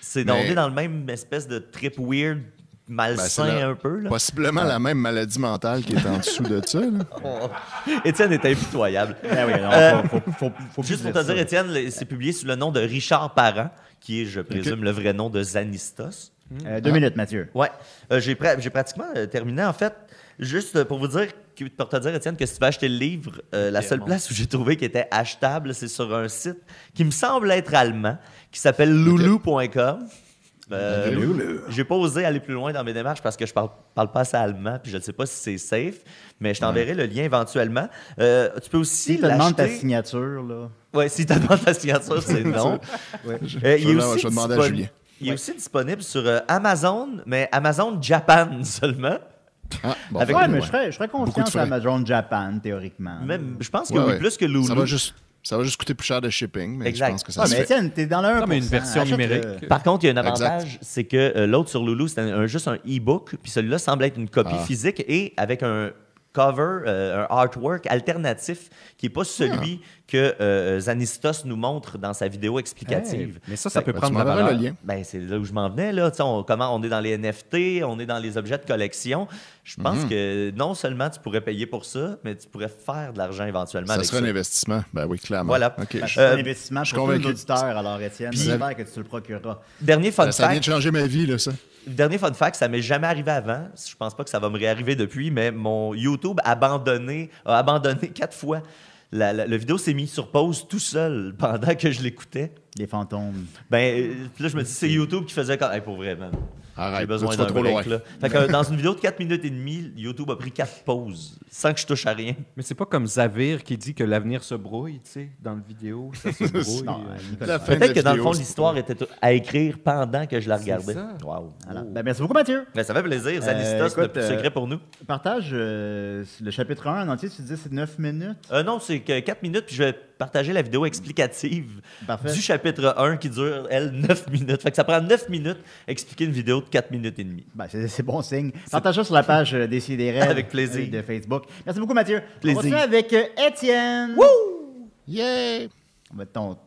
Speaker 3: C'est
Speaker 4: Mais-
Speaker 3: on est dans le même espèce de trip weird,
Speaker 4: Ben, c'est
Speaker 3: malsain
Speaker 4: la-
Speaker 3: un peu. Là. Ah.
Speaker 4: Possiblement la même maladie mentale qui est en dessous de ça. là.
Speaker 3: Étienne est impitoyable.
Speaker 2: Ben oui, non,
Speaker 3: Euh,
Speaker 2: faut, faut- faut- faut
Speaker 3: Juste
Speaker 2: plus
Speaker 3: pour te dire,
Speaker 2: ça.
Speaker 3: Étienne, le- c'est publié sous le nom de Richard Parent, qui est, je présume, le vrai nom de Zanistos.
Speaker 2: Euh,
Speaker 3: Ah.
Speaker 2: deux minutes, Mathieu.
Speaker 3: Ouais, Euh, j'ai pra- j'ai pratiquement euh, terminé. En fait, juste euh, pour vous dire, que- pour te dire, Étienne, que si tu veux acheter le livre, euh, la seule place où j'ai trouvé qui était achetable, c'est sur un site qui me semble être allemand, qui s'appelle loulou.com. Euh, j'ai pas osé aller plus loin dans mes démarches parce que je parle, parle pas assez allemand, puis je ne sais pas si c'est safe, mais je t'enverrai le lien éventuellement. Euh, tu peux aussi
Speaker 2: Si tu demandes ta
Speaker 3: l'acheter-
Speaker 2: signature, là.
Speaker 3: Ouais, si tu demandes ta signature, c'est non. Euh,
Speaker 4: Je
Speaker 3: il est
Speaker 4: vais-
Speaker 3: aussi
Speaker 4: je vais demander à
Speaker 3: dispon-
Speaker 4: Julien.
Speaker 3: Il est aussi disponible sur euh, Amazon, mais Amazon Japan seulement.
Speaker 4: Ah, bon,
Speaker 3: Avec-
Speaker 2: ouais, mais
Speaker 4: ouais.
Speaker 2: je serais, je serais
Speaker 4: Beaucoup
Speaker 2: confiant
Speaker 4: de
Speaker 2: sur
Speaker 4: frais.
Speaker 2: Amazon Japan, théoriquement.
Speaker 3: Même, je pense que
Speaker 4: Ouais,
Speaker 3: oui,
Speaker 4: ouais.
Speaker 3: plus que
Speaker 4: Ça va
Speaker 3: Loulou.
Speaker 4: juste. Ça va juste coûter plus cher de shipping, mais
Speaker 3: Exact. Ah,
Speaker 4: je pense que ça
Speaker 2: Ouais,
Speaker 4: se
Speaker 2: Ah, mais
Speaker 4: fait.
Speaker 2: Étienne, t'es dans le 1%.
Speaker 5: Non, mais une version
Speaker 2: Achète-le.
Speaker 5: numérique.
Speaker 3: Par contre, il y a un
Speaker 4: Exact.
Speaker 3: avantage, c'est que euh, l'autre sur Loulou, c'était un- un- juste un e-book, puis celui-là semble être une copie
Speaker 4: Ah.
Speaker 3: physique et avec un cover, euh, un artwork alternatif qui
Speaker 4: Ah.
Speaker 3: n'est pas celui que euh, Zanistos nous montre dans sa vidéo explicative.
Speaker 5: Hey, mais ça, ça
Speaker 3: Fait-
Speaker 5: peut
Speaker 4: Ben, tu
Speaker 5: prendre la
Speaker 4: m'enverras
Speaker 5: valeur.
Speaker 4: le lien.
Speaker 3: Ben, c'est là où je m'en venais. Là. Tu sais, On, comment, on est dans les NFT, on est dans les objets de collection. Je pense
Speaker 4: Mhm.
Speaker 3: que non seulement tu pourrais payer pour ça, mais tu pourrais faire de l'argent éventuellement
Speaker 4: Ça
Speaker 3: avec
Speaker 4: serait
Speaker 3: ça.
Speaker 4: un investissement. Ben oui, clairement.
Speaker 3: Voilà.
Speaker 4: OK.
Speaker 2: Ben, c'est
Speaker 3: Euh,
Speaker 2: un investissement
Speaker 4: je suis
Speaker 2: pour tous les
Speaker 4: convaincu.
Speaker 2: auditeurs, alors, Étienne.
Speaker 4: Puis-
Speaker 2: J'espère que tu le procureras.
Speaker 3: Dernier fun
Speaker 4: Ben, Ça, ça vient de
Speaker 3: fact.
Speaker 4: changer ma vie, là, ça.
Speaker 3: Dernier fun fact, ça m'est jamais arrivé avant. Je pense pas que ça va me réarriver depuis, mais mon YouTube a abandonné, a abandonné quatre fois. La, la- le vidéo s'est mis sur pause tout seul pendant que je l'écoutais.
Speaker 2: Les fantômes.
Speaker 3: Ben, euh, puis là, je me dis, c'est YouTube qui faisait quand. Hey, pour vrai, man.
Speaker 4: Arrête,
Speaker 3: J'ai
Speaker 4: là,
Speaker 3: besoin
Speaker 4: tu vas
Speaker 3: d'un
Speaker 4: trop
Speaker 3: break,
Speaker 4: loin.
Speaker 3: là. Fait que, euh, dans une vidéo de 4 minutes et demie, YouTube a pris quatre pauses sans que je touche à rien.
Speaker 5: Mais c'est pas comme Zavir qui dit que l'avenir se brouille, tu sais, dans le vidéo, ça se brouille.
Speaker 2: Non,
Speaker 5: euh,
Speaker 2: Nicolas.
Speaker 4: La fin de
Speaker 3: Peut-être
Speaker 4: la
Speaker 3: que dans le
Speaker 4: vidéo,
Speaker 3: fond,
Speaker 4: c'est-
Speaker 3: l'histoire était à écrire pendant que je la regardais.
Speaker 5: ça.
Speaker 3: Wow.
Speaker 2: Voilà. Ben, merci beaucoup, Mathieu.
Speaker 3: Ben, ça fait plaisir. Zanistos,
Speaker 2: écoute,
Speaker 3: le plus
Speaker 2: euh,
Speaker 3: secret pour nous.
Speaker 2: Partage euh, le chapitre 1 en entier. Tu dis c'est 9 minutes.
Speaker 3: Euh, non, c'est que 4 minutes, puis je vais partager la vidéo explicative du chapitre 1 qui dure, elle, 9 minutes. Fait que ça prend 9 minutes expliquer une vidéo de 4 minutes et demie.
Speaker 2: Ben, c'est, c'est bon signe. Partagez sur la page euh, des Sidérés
Speaker 3: Avec plaisir.
Speaker 2: de Facebook. Merci beaucoup, Mathieu.
Speaker 3: Plaisir.
Speaker 2: On va continuer avec euh, Étienne.
Speaker 3: Wouh!
Speaker 2: Yeah! On va ton...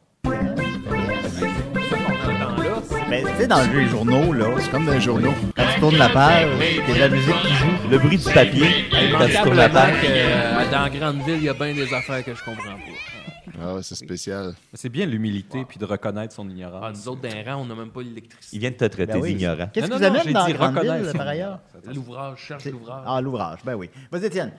Speaker 3: Ben,
Speaker 2: tu sais, dans les journaux, là.
Speaker 4: C'est comme dans les journaux.
Speaker 2: Quand tu tournes la page, t'as de la musique qui joue.
Speaker 3: Le bruit du
Speaker 2: Ben,
Speaker 3: papier quand tu tournes la
Speaker 8: Probablement
Speaker 3: page.
Speaker 8: que euh, dans grande ville, il y a bien des affaires que je comprends pas.
Speaker 4: Ah ouais, c'est spécial.
Speaker 5: C'est bien l'humilité puis de reconnaître son
Speaker 8: Ah,
Speaker 5: ignorance.
Speaker 8: nous autres, d'un rang, on n'a même pas l'électricité.
Speaker 3: Il vient de te traiter
Speaker 2: Ben oui.
Speaker 3: d'ignorant.
Speaker 2: Qu'est-ce que
Speaker 5: Non,
Speaker 2: vous
Speaker 5: non, non,
Speaker 2: amène
Speaker 5: j'ai
Speaker 2: dans
Speaker 5: dit
Speaker 2: Grandville,
Speaker 5: reconnaître
Speaker 2: par ailleurs?
Speaker 8: L'ouvrage, cherche l'ouvrage.
Speaker 2: Ah, l'ouvrage, ben oui. Vas-y, Étienne.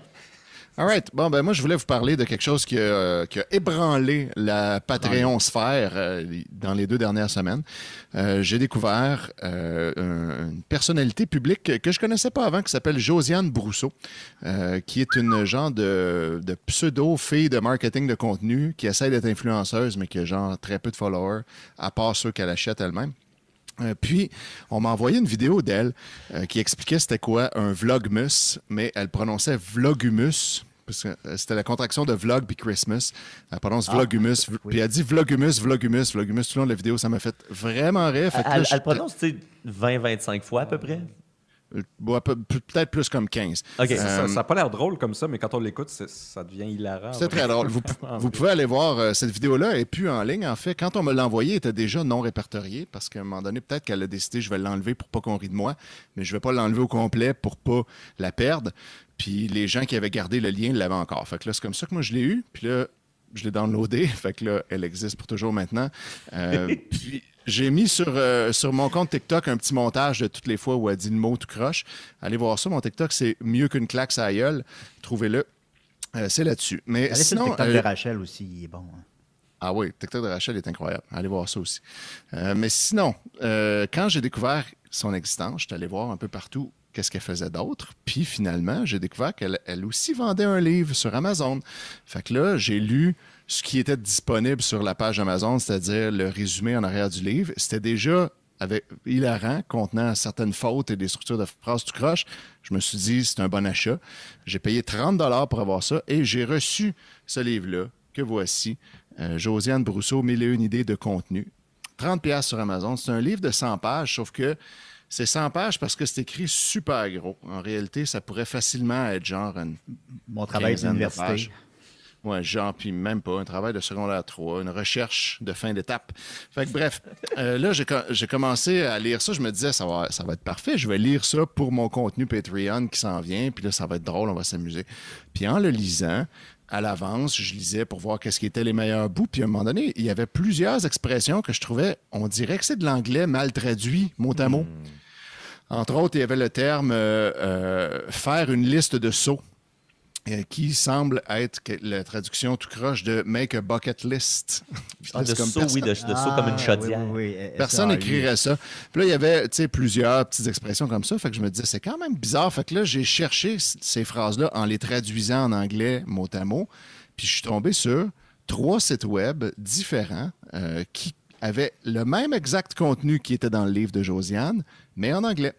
Speaker 4: All right. Bon, ben moi, je voulais vous parler de quelque chose qui a, euh, qui a ébranlé la Patreon sphère euh, dans les deux dernières semaines. Euh, J'ai découvert euh, un- une personnalité publique que je connaissais pas avant qui s'appelle Josiane Brousseau, euh, qui est une genre de, de pseudo-fille de marketing de contenu qui essaie d'être influenceuse, mais qui a genre très peu de followers, à part ceux qu'elle achète elle-même. Euh, Puis, on m'a envoyé une vidéo d'elle euh, qui expliquait c'était quoi un vlogmus, mais elle prononçait vlogumus, parce que euh, c'était la contraction de vlog puis Christmas. Elle prononce
Speaker 3: Ah,
Speaker 4: vlogumus, v- puis elle dit vlogumus, vlogumus, vlogumus tout le long de la vidéo. Ça m'a fait vraiment rire. Fait que là,
Speaker 3: Elle,
Speaker 4: je-
Speaker 3: elle prononce, tu sais, 20-25 fois à peu près.
Speaker 4: euh, ouais, peu- peut-être plus comme 15.
Speaker 3: OK.
Speaker 5: Ça-
Speaker 4: Euh,
Speaker 5: ça n'a pas l'air drôle comme ça, mais quand on l'écoute, c'est- ça devient hilarant.
Speaker 4: C'est très drôle. Vous,
Speaker 5: Ah,
Speaker 4: vous
Speaker 5: oui.
Speaker 4: pouvez aller voir euh, cette vidéo-là. Elle n'est plus en ligne. En fait, quand on me l'a envoyée, elle était déjà non répertoriée parce qu'à un moment donné, peut-être qu'elle a décidé je vais l'enlever pour pas qu'on rie de moi, mais je vais pas l'enlever au complet pour pas la perdre. Puis les gens qui avaient gardé le lien l'avaient encore. Fait que là, c'est comme ça que moi je l'ai eu. Puis là, je l'ai downloadée. Fait que là, elle existe pour toujours maintenant. Euh, puis j'ai mis sur, euh, sur mon compte TikTok un petit montage de toutes les fois où elle dit le mot tout croche. Allez voir ça. Mon TikTok, c'est mieux qu'une claque à la gueule. Trouvez-le. Euh, c'est là-dessus. Mais
Speaker 2: Allez sur le
Speaker 4: sinon,
Speaker 2: TikTok
Speaker 4: euh,
Speaker 2: de Rachel aussi, il est bon. hein.
Speaker 4: ah oui, TikTok de Rachel est incroyable. Allez voir ça aussi. Euh, mais sinon, euh, quand j'ai découvert son existence, j'étais allé voir un peu partout qu'est-ce qu'elle faisait d'autre. Puis finalement, j'ai découvert qu'elle elle aussi vendait un livre sur Amazon. Fait que là, j'ai lu ce qui était disponible sur la page Amazon, c'est-à-dire le résumé en arrière du livre. C'était déjà avec hilarant, contenant certaines fautes et des structures de phrases du croche. Je me suis dit, c'est un bon achat. J'ai payé 30 pour avoir ça et j'ai reçu ce livre-là que voici. Euh, Josiane Brousseau, Mille et une idées de contenu. 30$ sur Amazon. C'est un livre de 100 pages, sauf que c'est 100 pages parce que c'est écrit super gros. En réalité, ça pourrait facilement être genre une
Speaker 2: Mon travail
Speaker 4: quinzaine de
Speaker 2: d'université.
Speaker 4: pages. Ouais, genre, puis même pas, un travail de secondaire 3, une recherche de fin d'étape. Fait que bref, euh, là, j'ai, com- j'ai commencé à lire ça. Je me disais, ça va, ça va être parfait. Je vais lire ça pour mon contenu Patreon qui s'en vient. Puis là, ça va être drôle, on va s'amuser. Puis en le lisant, à l'avance, je lisais pour voir qu'est-ce qui était les meilleurs bouts. Puis à un moment donné, il y avait plusieurs expressions que je trouvais, on dirait que c'est de l'anglais mal traduit, mot à mot. Entre autres, il y avait le terme euh, euh, faire une liste de sauts euh, qui semble être que- la traduction tout croche de make a bucket list. Puis
Speaker 3: Ah,
Speaker 4: là,
Speaker 3: de
Speaker 4: c'est comme
Speaker 3: saut, oui,
Speaker 4: personne-
Speaker 3: de, de saut comme
Speaker 2: Ah,
Speaker 3: une chaudière.
Speaker 2: oui, oui, oui,
Speaker 4: Personne
Speaker 2: SAU.
Speaker 4: n'écrirait ça. Puis là, il y avait tu sais, plusieurs petites expressions comme ça. Fait que je me disais, c'est quand même bizarre. Fait que là, j'ai cherché c- ces phrases-là en les traduisant en anglais mot à mot. Puis je suis tombé sur trois sites web différents euh, qui avaient le même exact contenu qui était dans le livre de Josiane, mais en anglais.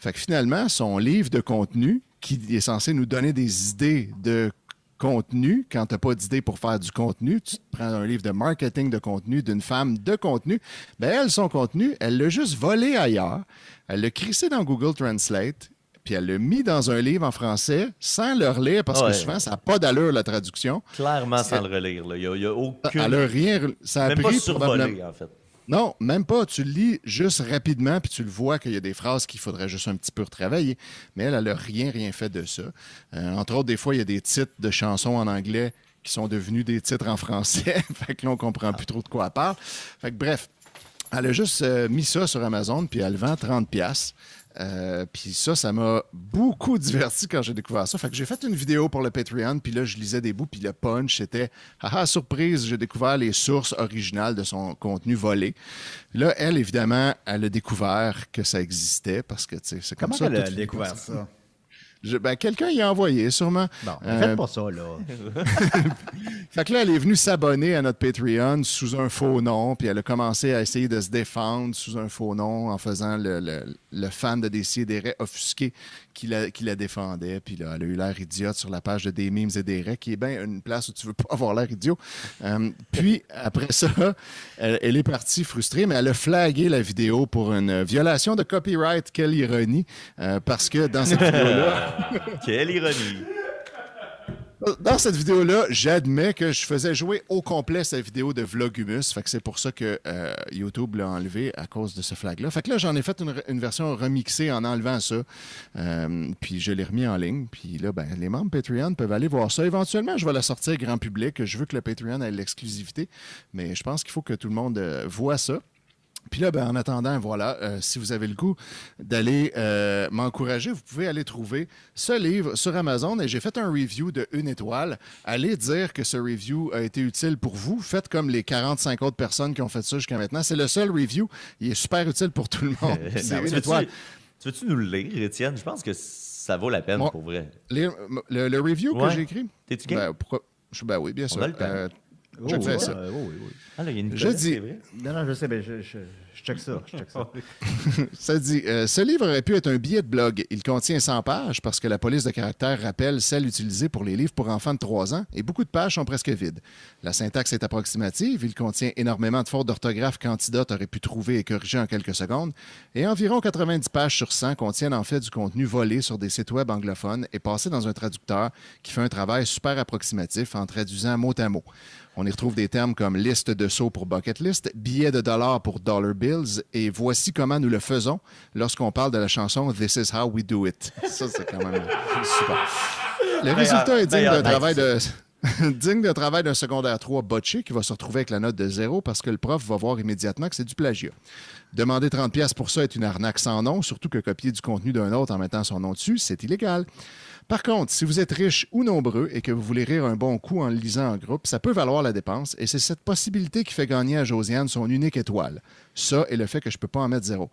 Speaker 4: Fait que finalement, son livre de contenu, qui est censé nous donner des idées de contenu, quand tu n'as pas d'idée pour faire du contenu, tu te prends un livre de marketing de contenu d'une femme de contenu, ben elle, son contenu, elle l'a juste volé ailleurs, elle l'a crissé dans Google Translate, puis elle l'a mis dans un livre en français sans le relire parce
Speaker 3: Ouais.
Speaker 4: que souvent, ça n'a pas d'allure la traduction.
Speaker 3: Clairement
Speaker 4: C'est- Ah,
Speaker 3: sans le relire. là. Il n'y a, il y a aucune.
Speaker 4: Elle a rien, rel- ça a
Speaker 3: même pas
Speaker 4: pris probablement-
Speaker 3: survolé, en fait.
Speaker 4: non, même pas. Tu le lis juste rapidement, puis tu le vois qu'il y a des phrases qu'il faudrait juste un petit peu retravailler. Mais elle, elle n'a rien, rien fait de ça. Euh, entre autres, des fois, il y a des titres de chansons en anglais qui sont devenus des titres en français. fait que là, on comprend plus trop de quoi elle parle. Fait que bref, elle a juste euh, mis ça sur Amazon, puis elle le vend 30 pièces. puis ça, ça m'a beaucoup diverti quand j'ai découvert ça. Fait que j'ai fait une vidéo pour le Patreon, puis là, je lisais des bouts, puis le punch, c'était « Haha, surprise, j'ai découvert les sources originales de son contenu volé. » Là, elle, évidemment, elle a découvert que ça existait, parce que, tu sais, c'est comme
Speaker 2: Comment
Speaker 4: ça.
Speaker 2: elle a
Speaker 4: toutes les
Speaker 2: découvert
Speaker 4: personnes.
Speaker 2: ça?
Speaker 4: Je- ben, quelqu'un y a envoyé, sûrement.
Speaker 2: Bon,
Speaker 4: Euh,
Speaker 2: faites pas ça, là.
Speaker 4: fait que là, elle est venue s'abonner à notre Patreon sous un faux nom, puis elle a commencé à essayer de se défendre sous un faux nom en faisant le, le- le fan de Décideret offusqué qui la, qui la défendait. Puis là, elle a eu l'air idiote sur la page de Des Mimes et des Recs, qui est bien une place où tu veux pas avoir l'air idiot. Euh, puis après ça, elle, elle est partie frustrée, mais elle a flagué la vidéo pour une violation de copyright. Quelle ironie! euh, parce que dans cette vidéo-là.
Speaker 3: Quelle ironie!
Speaker 4: Dans cette vidéo-là, j'admets que je faisais jouer au complet cette vidéo de Vlogumus. Fait que c'est pour ça que euh, YouTube l'a enlevé à cause de ce flag-là. Fait que là, j'en ai fait une, une version remixée en enlevant ça. Euh, puis je l'ai remis en ligne. Puis là, ben, les membres Patreon peuvent aller voir ça. Éventuellement, je vais la sortir grand public. Je veux que le Patreon ait l'exclusivité. Mais je pense qu'il faut que tout le monde euh, voit ça. Puis là, ben, en attendant, voilà, euh, si vous avez le goût d'aller euh, m'encourager, vous pouvez aller trouver ce livre sur Amazon et j'ai fait un review de une étoile. Allez dire que ce review a été utile pour vous. Faites comme les 45 autres personnes qui ont fait ça jusqu'à maintenant. C'est le seul review. Il est super utile pour tout le monde. C'est
Speaker 3: Ben, tu
Speaker 4: une
Speaker 3: veux-tu
Speaker 4: étoile.
Speaker 3: tu veux-tu nous le lire, Étienne? Je pense que ça vaut la peine, pour vrai.
Speaker 4: Lire, m- le, le review
Speaker 3: Ouais.
Speaker 4: que j'ai écrit?
Speaker 3: T'es-tu game?
Speaker 4: ben, pourquoi? Je, ben oui, bien
Speaker 3: On
Speaker 4: sûr.
Speaker 3: a le temps.
Speaker 4: Euh, je
Speaker 3: Oh,
Speaker 4: fais
Speaker 3: oui,
Speaker 4: ça.
Speaker 3: euh, oui, oui, oui. Ah, là, il y a une
Speaker 4: je
Speaker 3: colonne,
Speaker 4: dis,
Speaker 3: c'est vrai.
Speaker 2: Non, non, je sais, mais je, je, je check ça. Je check ça.
Speaker 4: Ça dit, euh, ce livre aurait pu être un billet de blog. Il contient 100 pages parce que la police de caractère rappelle celle utilisée pour les livres pour enfants de 3 ans et beaucoup de pages sont presque vides. La syntaxe est approximative. Il contient énormément de fautes d'orthographe qu'Antidote aurait pu trouver et corriger en quelques secondes. Et environ 90 pages sur 100 contiennent en fait du contenu volé sur des sites web anglophones et passé dans un traducteur qui fait un travail super approximatif en traduisant mot à mot. On y retrouve des termes comme liste de sauts pour bucket list, billet de dollars pour dollar bills, et voici comment nous le faisons lorsqu'on parle de la chanson This is how we do it. Ça, c'est quand même super. Le
Speaker 3: D'ailleurs-
Speaker 4: résultat est digne
Speaker 3: d'ailleurs,
Speaker 4: d'un travail de. digne d'un travail d'un secondaire 3 botché qui va se retrouver avec la note de zéro parce que le prof va voir immédiatement que c'est du plagiat. Demander 30 pièces pour ça est une arnaque sans nom, surtout que copier du contenu d'un autre en mettant son nom dessus, c'est illégal. Par contre, si vous êtes riche ou nombreux et que vous voulez rire un bon coup en le lisant en groupe, ça peut valoir la dépense et c'est cette possibilité qui fait gagner à Josiane son unique étoile. Ça et le fait que je ne peux pas en mettre zéro.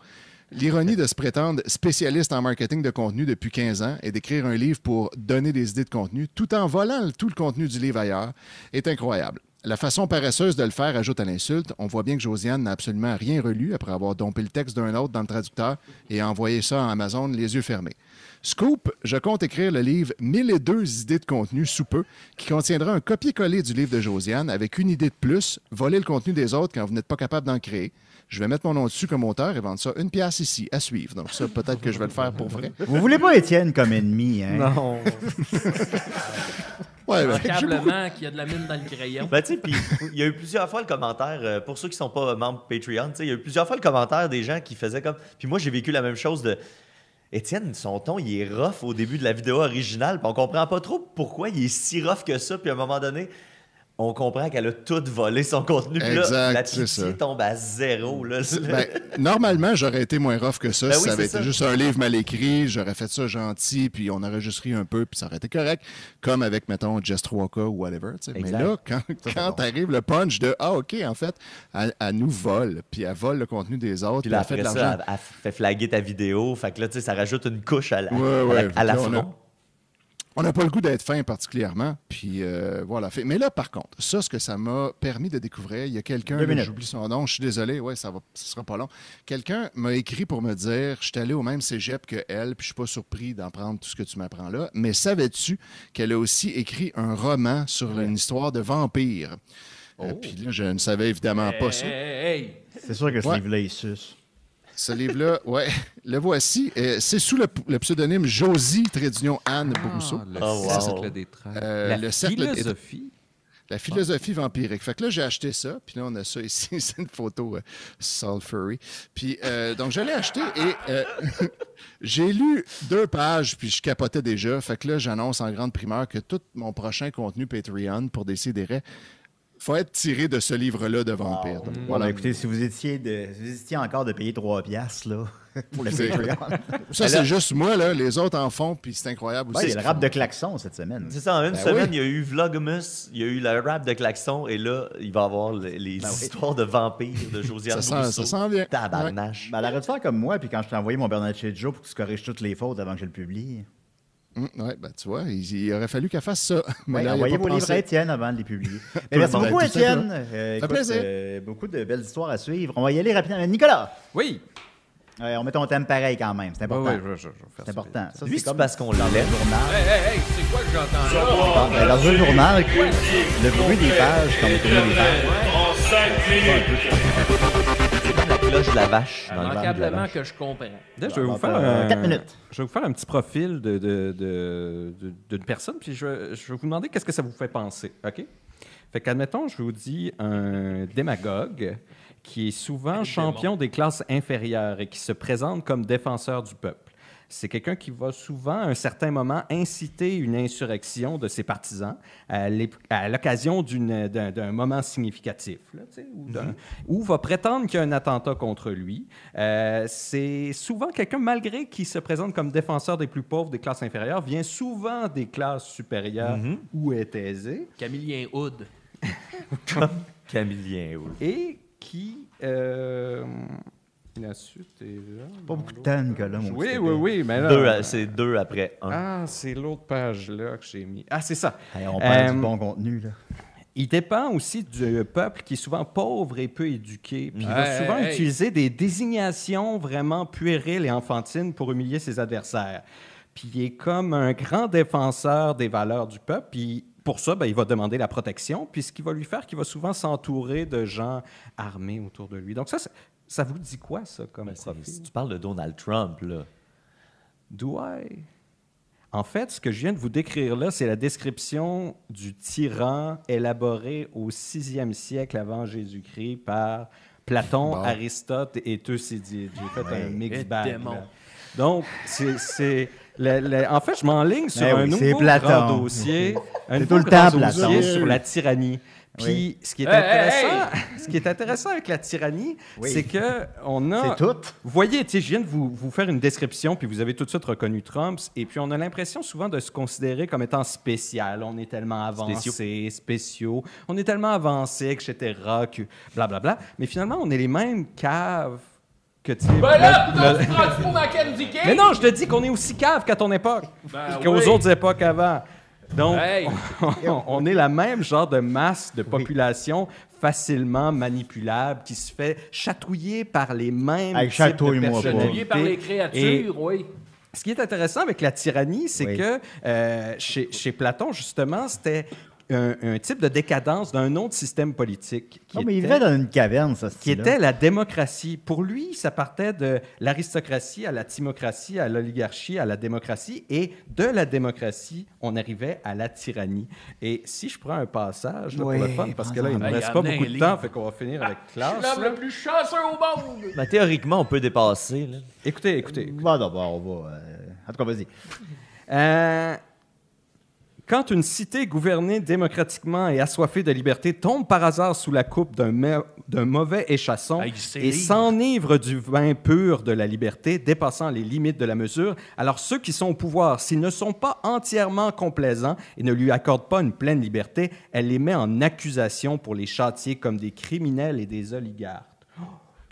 Speaker 4: L'ironie de se prétendre spécialiste en marketing de contenu depuis 15 ans et d'écrire un livre pour donner des idées de contenu tout en volant le- tout le contenu du livre ailleurs est incroyable. La façon paresseuse de le faire ajoute à l'insulte. On voit bien que Josiane n'a absolument rien relu après avoir dompé le texte d'un autre dans le traducteur et envoyé ça à Amazon les yeux fermés. Scoop, je compte écrire le livre 1002 idées de contenu sous peu, qui contiendra un copier-coller du livre de Josiane avec une idée de plus, voler le contenu des autres quand vous n'êtes pas capable d'en créer. Je vais mettre mon nom dessus comme auteur et vendre ça une pièce ici, à suivre. Donc ça, peut-être que je vais le faire pour vrai.
Speaker 2: Vous voulez pas Étienne comme ennemi, hein?
Speaker 5: Non.
Speaker 4: Ouais, ben, j'ai beaucoup-
Speaker 6: Probablement qu'il y a de la mine dans le crayon.
Speaker 3: Ben, tu sais, puis il y a eu plusieurs fois le commentaire, euh, pour ceux qui sont pas membres Patreon, tu sais, il y a eu plusieurs fois le commentaire des gens qui faisaient comme. Puis moi, j'ai vécu la même chose de. Étienne, son ton, il est rough au début de la vidéo originale, puis on comprend pas trop pourquoi il est si rough que ça, puis à un moment donné, on comprend qu'elle a tout volé son contenu, puis là,
Speaker 4: Exact,
Speaker 3: la
Speaker 4: c'est ça.
Speaker 3: pitié tombe à zéro, là.
Speaker 4: Ben, normalement, j'aurais été moins rough que ça
Speaker 3: Ben
Speaker 4: si
Speaker 3: oui,
Speaker 4: ça avait
Speaker 3: c'est
Speaker 4: été
Speaker 3: ça.
Speaker 4: juste un livre mal écrit. J'aurais fait ça gentil, puis on aurait juste ri un peu, puis ça aurait été correct. Comme avec, mettons, Just 3K ou whatever. tu sais. Mais
Speaker 3: Exact.
Speaker 4: là, quand, quand arrive le punch de Ah, OK, en fait, elle, elle nous vole, puis elle vole le contenu des autres,
Speaker 3: Puis
Speaker 4: puis,
Speaker 3: là,
Speaker 4: elle fait
Speaker 3: après
Speaker 4: de
Speaker 3: ça,
Speaker 4: l'argent.
Speaker 3: elle, elle fait flaguer ta vidéo, fait que là, tu sais, ça rajoute une couche à la,
Speaker 4: Ouais,
Speaker 3: à la-
Speaker 4: ouais,
Speaker 3: à la
Speaker 4: puis là, on a-
Speaker 3: front.
Speaker 4: On n'a pas le goût d'être fin particulièrement. Puis euh, voilà. Fait- Mais là, par contre, ça, ce que ça m'a permis de découvrir, il y a quelqu'un,
Speaker 2: Deux
Speaker 4: là,
Speaker 2: minutes.
Speaker 4: j'oublie son nom, je suis désolé, ouais, ça ne sera pas long. Quelqu'un m'a écrit pour me dire Je suis allé au même cégep que elle, puis je suis pas surpris d'en prendre tout ce que tu m'apprends là. Mais savais-tu qu'elle a aussi écrit un roman sur une histoire de vampire Euh,
Speaker 2: Oh.
Speaker 4: Puis là, je ne savais évidemment pas ça.
Speaker 2: C'est sûr que ce
Speaker 4: Ouais.
Speaker 2: livre-là, il suce.
Speaker 4: Ce livre-là, ouais, le voici. Euh, c'est sous le, le pseudonyme Josie Trédunion Anne
Speaker 2: Ah.
Speaker 4: Brousseau.
Speaker 5: le Oh, wow. cercle des traits.
Speaker 4: Ah, Euh,
Speaker 5: La
Speaker 4: le cercle des-
Speaker 5: philosophie.
Speaker 4: La philosophie vampirique. Fait que là, j'ai acheté ça. Puis là, on a ça ici. C'est une photo euh, Sulfury. Puis euh, donc, je l'ai acheté et euh, j'ai lu deux pages. Puis je capotais déjà. Fait que là, j'annonce en grande primeur que tout mon prochain contenu Patreon pour décider faut être tiré de ce livre-là de vampire. Donc,
Speaker 2: Voilà,
Speaker 4: voilà.
Speaker 2: ben, écoutez, si vous étiez, de, si vous hésitiez encore de payer 3 piastres, là, pour le
Speaker 4: C'est-
Speaker 2: Patreon.
Speaker 4: Ça, c'est juste moi, là. Les autres en font, puis c'est incroyable
Speaker 2: Ouais,
Speaker 4: aussi.
Speaker 2: il y a le rap de klaxon cette semaine.
Speaker 3: C'est ça, en une
Speaker 4: Ben
Speaker 3: semaine,
Speaker 4: oui.
Speaker 3: il y a eu Vlogmas, il y a eu le rap de Klaxon, et là, il va y avoir les, les
Speaker 2: Ben oui.
Speaker 3: histoires de vampires de Josiane Rousseau.
Speaker 4: bien.
Speaker 3: Tabarnache.
Speaker 2: Ben, elle aurait dû faire comme moi, puis quand je t'ai envoyé mon Bernard chez Joe pour que tu corriges toutes les fautes avant que je le publie.
Speaker 4: Hum, ouais, ben, tu vois, il, il aurait fallu qu'elle fasse ça. Mais
Speaker 2: Ouais,
Speaker 4: là, il a
Speaker 2: envoyez
Speaker 4: pas
Speaker 2: vos livres
Speaker 4: pensé.
Speaker 2: à Étienne avant de les publier. Mais merci
Speaker 4: Ben,
Speaker 2: beaucoup,
Speaker 4: tout
Speaker 2: Étienne.
Speaker 4: simplement.
Speaker 2: Euh,
Speaker 4: Ça fait
Speaker 2: écoute,
Speaker 4: plaisir.
Speaker 2: euh, beaucoup de belles histoires à suivre. On va y aller rapidement. Nicolas!
Speaker 5: Oui.
Speaker 2: Ouais, on met ton thème pareil quand même, c'est
Speaker 4: Ah
Speaker 2: important.
Speaker 5: Ouais, ouais, je- je- je vais faire
Speaker 2: c'est
Speaker 5: ça.
Speaker 2: important. Ça,
Speaker 5: Lui, c'est
Speaker 2: comme-
Speaker 5: parce qu'on l'enlève.
Speaker 2: Dans le journal.
Speaker 8: Hey, hey, hey, c'est quoi que
Speaker 2: Bon,
Speaker 8: j'entends
Speaker 2: ben,
Speaker 8: là?
Speaker 2: Dans le journal, le bruit des pages, quand on tourne les pages.
Speaker 3: La cloche de la vache.
Speaker 5: dans le ventre de la
Speaker 6: Immanquablement
Speaker 5: vache.
Speaker 6: que je comprends.
Speaker 5: Là, je vais vous faire
Speaker 2: euh,
Speaker 5: un... Je vais vous faire un petit profil de, de- de- de- d'une personne, puis je, vais- je vais vous demander qu'est-ce que ça vous fait penser, ok Fait qu'admettons, je vous dis un démagogue qui est souvent champion des classes inférieures et qui se présente comme défenseur du peuple. C'est quelqu'un qui va souvent, à un certain moment, inciter une insurrection de ses partisans à l'ép- à l'occasion d'une- d'un d'un moment significatif, là, tu sais, ou d'un-
Speaker 3: Mhm.
Speaker 5: ou va prétendre qu'il y a un attentat contre lui. Euh, c'est souvent quelqu'un, malgré qu'il se présente comme défenseur des plus pauvres des classes inférieures, vient souvent des classes supérieures
Speaker 8: Mhm.
Speaker 5: ou est aisé.
Speaker 6: Camillien Hood.
Speaker 3: Camillien, oui.
Speaker 5: Et qui... euh, la suite est là.
Speaker 2: Pas beaucoup de temps, Nicolas. mon
Speaker 5: Oui,
Speaker 2: petit
Speaker 5: oui,
Speaker 2: épée.
Speaker 5: oui, mais là...
Speaker 3: Deux, à- c'est deux après un.
Speaker 5: Ah, c'est l'autre page là que j'ai mis. Ah, c'est ça.
Speaker 2: Hey, on perd
Speaker 5: Euh,
Speaker 2: du bon contenu, là.
Speaker 5: Il dépend aussi du peuple qui est souvent pauvre et peu éduqué. Puis il va
Speaker 2: Hey,
Speaker 5: souvent
Speaker 2: hey, hey.
Speaker 5: utiliser des désignations vraiment puériles et enfantines pour humilier ses adversaires. Puis il est comme un grand défenseur des valeurs du peuple. Puis pour ça, ben, il va demander la protection. Puis ce qu'il va lui faire, qu'il va souvent s'entourer de gens armés autour de lui. Donc ça, ça, ça vous dit quoi, ça,
Speaker 3: Ben,
Speaker 5: comme profil?
Speaker 3: Si tu parles de Donald Trump, là.
Speaker 5: Do I? En fait, ce que je viens de vous décrire là, c'est la description du tyran élaborée au 6e siècle avant Jésus-Christ par Platon,
Speaker 3: Bon.
Speaker 5: Aristote et Thucydide. J'ai fait
Speaker 3: Ouais.
Speaker 5: un
Speaker 3: Et
Speaker 5: mix bag.
Speaker 3: démon.
Speaker 5: là. Donc, c'est- c'est. le- le- en fait, je m'enligne sur
Speaker 2: Eh
Speaker 5: un
Speaker 2: oui, c'est
Speaker 5: nouveau
Speaker 2: Platon.
Speaker 5: grand dossier, un
Speaker 2: C'est
Speaker 5: nouveau
Speaker 2: tout le
Speaker 5: grand
Speaker 2: temps Platon.
Speaker 5: dossier sur la tyrannie. Puis,
Speaker 2: Oui.
Speaker 5: ce qui est
Speaker 2: Hey, hey,
Speaker 5: intéressant, ce qui est intéressant avec la tyrannie,
Speaker 2: Oui.
Speaker 5: c'est que on a.
Speaker 2: C'est tout.
Speaker 5: Vous voyez, tu sais, je viens de vous, vous faire une description, puis vous avez tout de suite reconnu Trump, et puis on a l'impression souvent de se considérer comme étant spécial. On est tellement avancé, spéciaux, on est tellement avancé, etc., que blablabla. Mais finalement, on est les mêmes caves que tu sais,
Speaker 6: Ben là,
Speaker 5: le-
Speaker 6: putain,
Speaker 5: le-
Speaker 6: tu prends du pour Mackenzie King?
Speaker 5: Mais non, je te dis qu'on est aussi cave qu'à ton époque,
Speaker 6: Ben
Speaker 5: qu'aux
Speaker 6: oui.
Speaker 5: autres époques avant. Donc,
Speaker 6: Hey.
Speaker 5: on, on est la même genre de masse de population facilement manipulable qui se fait chatouiller par les mêmes
Speaker 2: Hey,
Speaker 5: types de
Speaker 2: chatouille-moi pas.
Speaker 5: personnalités.
Speaker 6: Lié par les
Speaker 5: Et-
Speaker 6: créatures, oui.
Speaker 5: ce qui est intéressant avec la tyrannie, c'est que euh, chez, chez Platon, justement, c'était un, un type de décadence d'un autre système politique. qui
Speaker 2: Non, mais il
Speaker 5: était-
Speaker 2: vivait dans une caverne, ça, ce
Speaker 5: qui
Speaker 2: style-là.
Speaker 5: était la démocratie. Pour lui, ça partait de l'aristocratie à la timocratie, à l'oligarchie, à la démocratie, et de la démocratie, on arrivait à la tyrannie. Et si je prends un passage là,
Speaker 2: Oui,
Speaker 5: pour le fun, parce que là, il ne
Speaker 3: prends-en.
Speaker 5: me
Speaker 3: Hey,
Speaker 5: reste pas
Speaker 3: amenez
Speaker 5: beaucoup
Speaker 3: un
Speaker 5: de
Speaker 3: livre.
Speaker 5: temps, fait qu'on va finir avec
Speaker 6: Je suis
Speaker 5: classe.
Speaker 6: l'homme
Speaker 5: là.
Speaker 6: le plus chanceux au monde.
Speaker 3: Ben, théoriquement, on peut dépasser. Là.
Speaker 5: Écoutez, écoutez.
Speaker 2: Bon, d'abord, on va. euh, En tout cas, vas-y.
Speaker 5: Euh, quand une cité gouvernée démocratiquement et assoiffée de liberté tombe par hasard sous la coupe d'un me- d'un mauvais échasson et
Speaker 3: libre.
Speaker 5: s'enivre du vin pur de la liberté, dépassant les limites de la mesure, alors ceux qui sont au pouvoir, s'ils ne sont pas entièrement complaisants et ne lui accordent pas une pleine liberté, elle les met en accusation pour les châtier comme des criminels et des oligarques.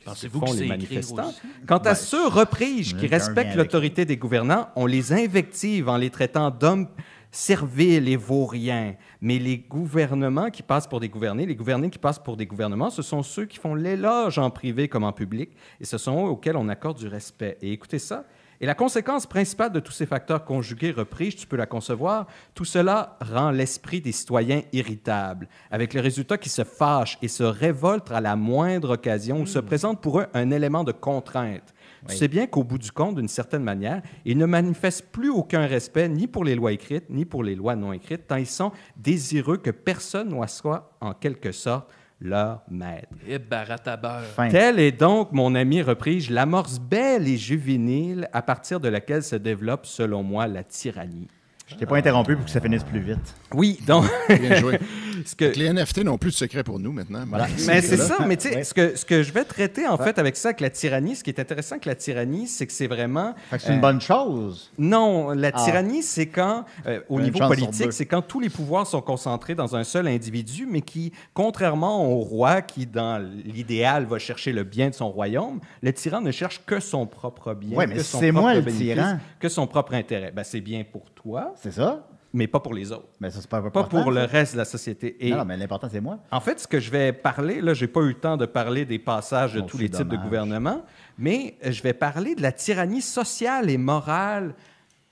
Speaker 1: Pensez-vous
Speaker 5: font
Speaker 1: que
Speaker 5: les
Speaker 1: c'est écrit
Speaker 5: manifestants.
Speaker 1: aussi?
Speaker 5: Quant à ceux reprises qui
Speaker 1: Aucun lien
Speaker 5: respectent
Speaker 1: avec
Speaker 5: l'autorité des gouvernants, on les invective en les traitant d'hommes serviles et vauriens. Mais les gouvernements qui passent pour des gouvernés, les gouvernés qui passent pour des gouvernements, ce sont ceux qui font l'éloge en privé comme en public, et ce sont eux auxquels on accorde du respect. Et écoutez ça. Et la conséquence principale de tous ces facteurs conjugués, reprises, tu peux la concevoir, tout cela rend l'esprit des citoyens irritable, avec le résultat qu'ils se fâchent et se révoltent à la moindre occasion où se présente pour eux un élément de contrainte. Tu
Speaker 2: Oui.
Speaker 5: sais bien qu'au bout du compte, d'une certaine manière, ils ne manifestent plus aucun respect ni pour les lois écrites, ni pour les lois non écrites, tant ils sont désireux que personne ne soit en quelque sorte leur maître.
Speaker 6: Et Eh, baratabeur.
Speaker 5: Telle est donc, mon ami, repris-je, l'amorce belle et juvénile à partir de laquelle se développe, selon moi, la tyrannie.
Speaker 2: Je t'ai pas interrompu pour que ça finisse plus vite.
Speaker 5: Oui, donc.
Speaker 4: Bien joué.
Speaker 5: Ce que-
Speaker 4: Les NFT n'ont plus de secret pour nous maintenant.
Speaker 5: Ah, Mais c'est ça, mais tu sais,
Speaker 4: Ouais.
Speaker 5: ce, que, ce que je vais traiter en
Speaker 4: Ouais.
Speaker 5: fait avec ça, avec la tyrannie, ce qui est intéressant avec la tyrannie, c'est que c'est vraiment.
Speaker 2: Fait que c'est une bonne chose.
Speaker 5: Non, la
Speaker 2: Ah.
Speaker 5: tyrannie, c'est quand, euh, au
Speaker 2: Une
Speaker 5: niveau
Speaker 2: chance sur
Speaker 5: politique,
Speaker 2: deux.
Speaker 5: c'est quand tous les pouvoirs sont concentrés dans un seul individu, mais qui, contrairement au roi qui, dans l'idéal, va chercher le bien de son royaume, le tyran ne cherche que son propre bien.
Speaker 2: Ouais, mais
Speaker 5: que son
Speaker 2: c'est moi
Speaker 5: propre
Speaker 2: le
Speaker 5: bénéfice,
Speaker 2: tyran.
Speaker 5: Que son propre intérêt. Ben, c'est bien pour toi.
Speaker 2: C'est ça?
Speaker 5: mais pas pour les autres.
Speaker 2: Mais ça, c'est pas
Speaker 5: Pas
Speaker 2: important,
Speaker 5: pour le
Speaker 2: ça.
Speaker 5: reste de la société. Et
Speaker 2: Non, non, mais l'important, c'est moi.
Speaker 5: En fait, ce que je vais parler, là, j'ai pas eu le temps de parler des passages de
Speaker 2: Oh,
Speaker 5: tous
Speaker 2: c'est
Speaker 5: les types de
Speaker 2: dommage.
Speaker 5: gouvernements, mais euh, je vais parler de la tyrannie sociale et morale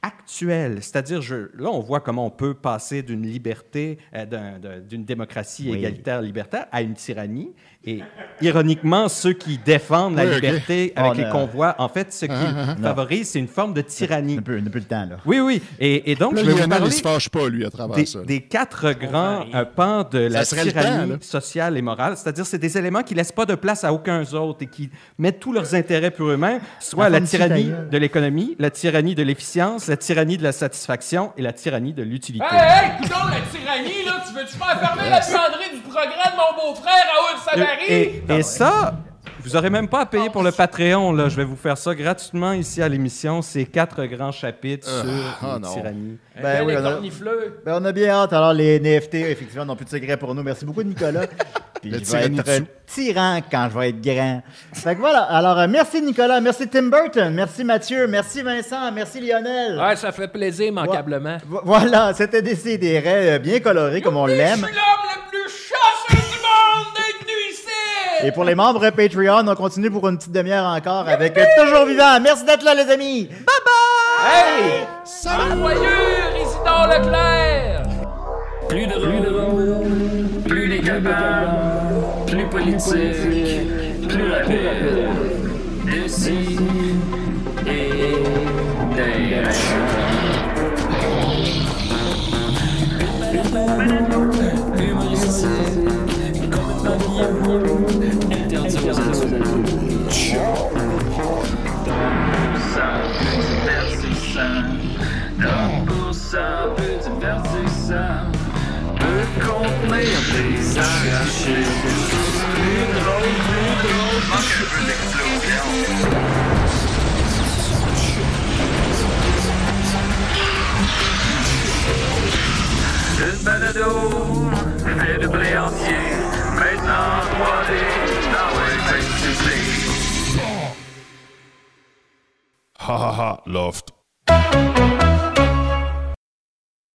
Speaker 5: actuelle. C'est-à-dire, je- là, on voit comment on peut passer d'une liberté, euh, d'un- d'un- d'une démocratie
Speaker 2: Oui.
Speaker 5: égalitaire, libertaire, à une tyrannie. Et ironiquement, ceux qui défendent la
Speaker 2: Oui, ok.
Speaker 5: liberté
Speaker 2: On
Speaker 5: avec les
Speaker 2: a-
Speaker 5: convois, en fait, ce qui
Speaker 2: Ah, ah, ah.
Speaker 5: favorise, c'est une forme de tyrannie.
Speaker 2: On n'a plus le temps, là.
Speaker 5: Oui, oui. Et, et donc,
Speaker 4: Là,
Speaker 5: je vais vous
Speaker 4: Lionel,
Speaker 5: parler
Speaker 4: il se fâche pas, lui, à travers
Speaker 5: des,
Speaker 4: ça. là.
Speaker 5: des quatre grands euh, pans de la
Speaker 4: serait le temps,
Speaker 5: tyrannie
Speaker 4: là.
Speaker 5: sociale et morale. C'est-à-dire, c'est des éléments qui laissent pas de place à aucun autre et qui mettent tous leurs intérêts pour eux-mêmes, soit
Speaker 2: Ah,
Speaker 5: la
Speaker 2: ferme-tu ta
Speaker 5: tyrannie
Speaker 2: gueule.
Speaker 5: de l'économie, la tyrannie de l'efficience, la tyrannie de la satisfaction et la tyrannie de l'utilité.
Speaker 6: Hey, hey, coudonc, la tyrannie, là, tu veux-tu faire fermer la buanderie du progrès de mon beau-frère, Raoul Savary?
Speaker 5: Et-
Speaker 4: Ah
Speaker 5: Et, et ça, vous aurez même pas à payer pour le Patreon. Là. Je vais vous faire ça gratuitement ici à l'émission. Ces quatre grands chapitres
Speaker 4: Euh,
Speaker 5: sur
Speaker 4: ah
Speaker 5: la
Speaker 4: non.
Speaker 5: tyrannie.
Speaker 6: Eh, Euh,
Speaker 2: Ben oui, on a, ben, on a bien hâte. Alors, les NFT, effectivement, n'ont plus de secret pour nous. Merci beaucoup, Nicolas. Puis
Speaker 4: Le
Speaker 2: je vais être
Speaker 4: tyrannosaure.
Speaker 2: tyran quand je vais être grand. Fait que voilà. Alors, euh, merci, Nicolas. Merci, Tim Burton. Merci, Mathieu. Merci, Vincent. Merci, Lionel.
Speaker 6: Ouais, ça fait plaisir, manquablement.
Speaker 2: Vo- Voilà, c'était décidéré, euh, bien coloré comme on l'aime.
Speaker 6: Je suis l'homme le plus chanceux du monde d'être venu ici!
Speaker 2: Et pour les membres Patreon, on continue pour une petite demi-heure encore avec euh, Toujours Vivant. Merci d'être là, les amis.
Speaker 6: Hey! Joyeux, Isidore Leclerc!
Speaker 1: Plus de rôle, plus décapable, plus politique, plus rapide. D'ici et d'ailleurs. Humoristique, complètement vieillot, interdit aux adultes. Divertissant, donc pour ça, un peu divertissant, peut contenir des arrachés. Plus drôle, plus drôle, manque un peu d'explosion. Une balado, fait de blé entier, maintenant 3D, dans le
Speaker 11: Ha ha ha, loft.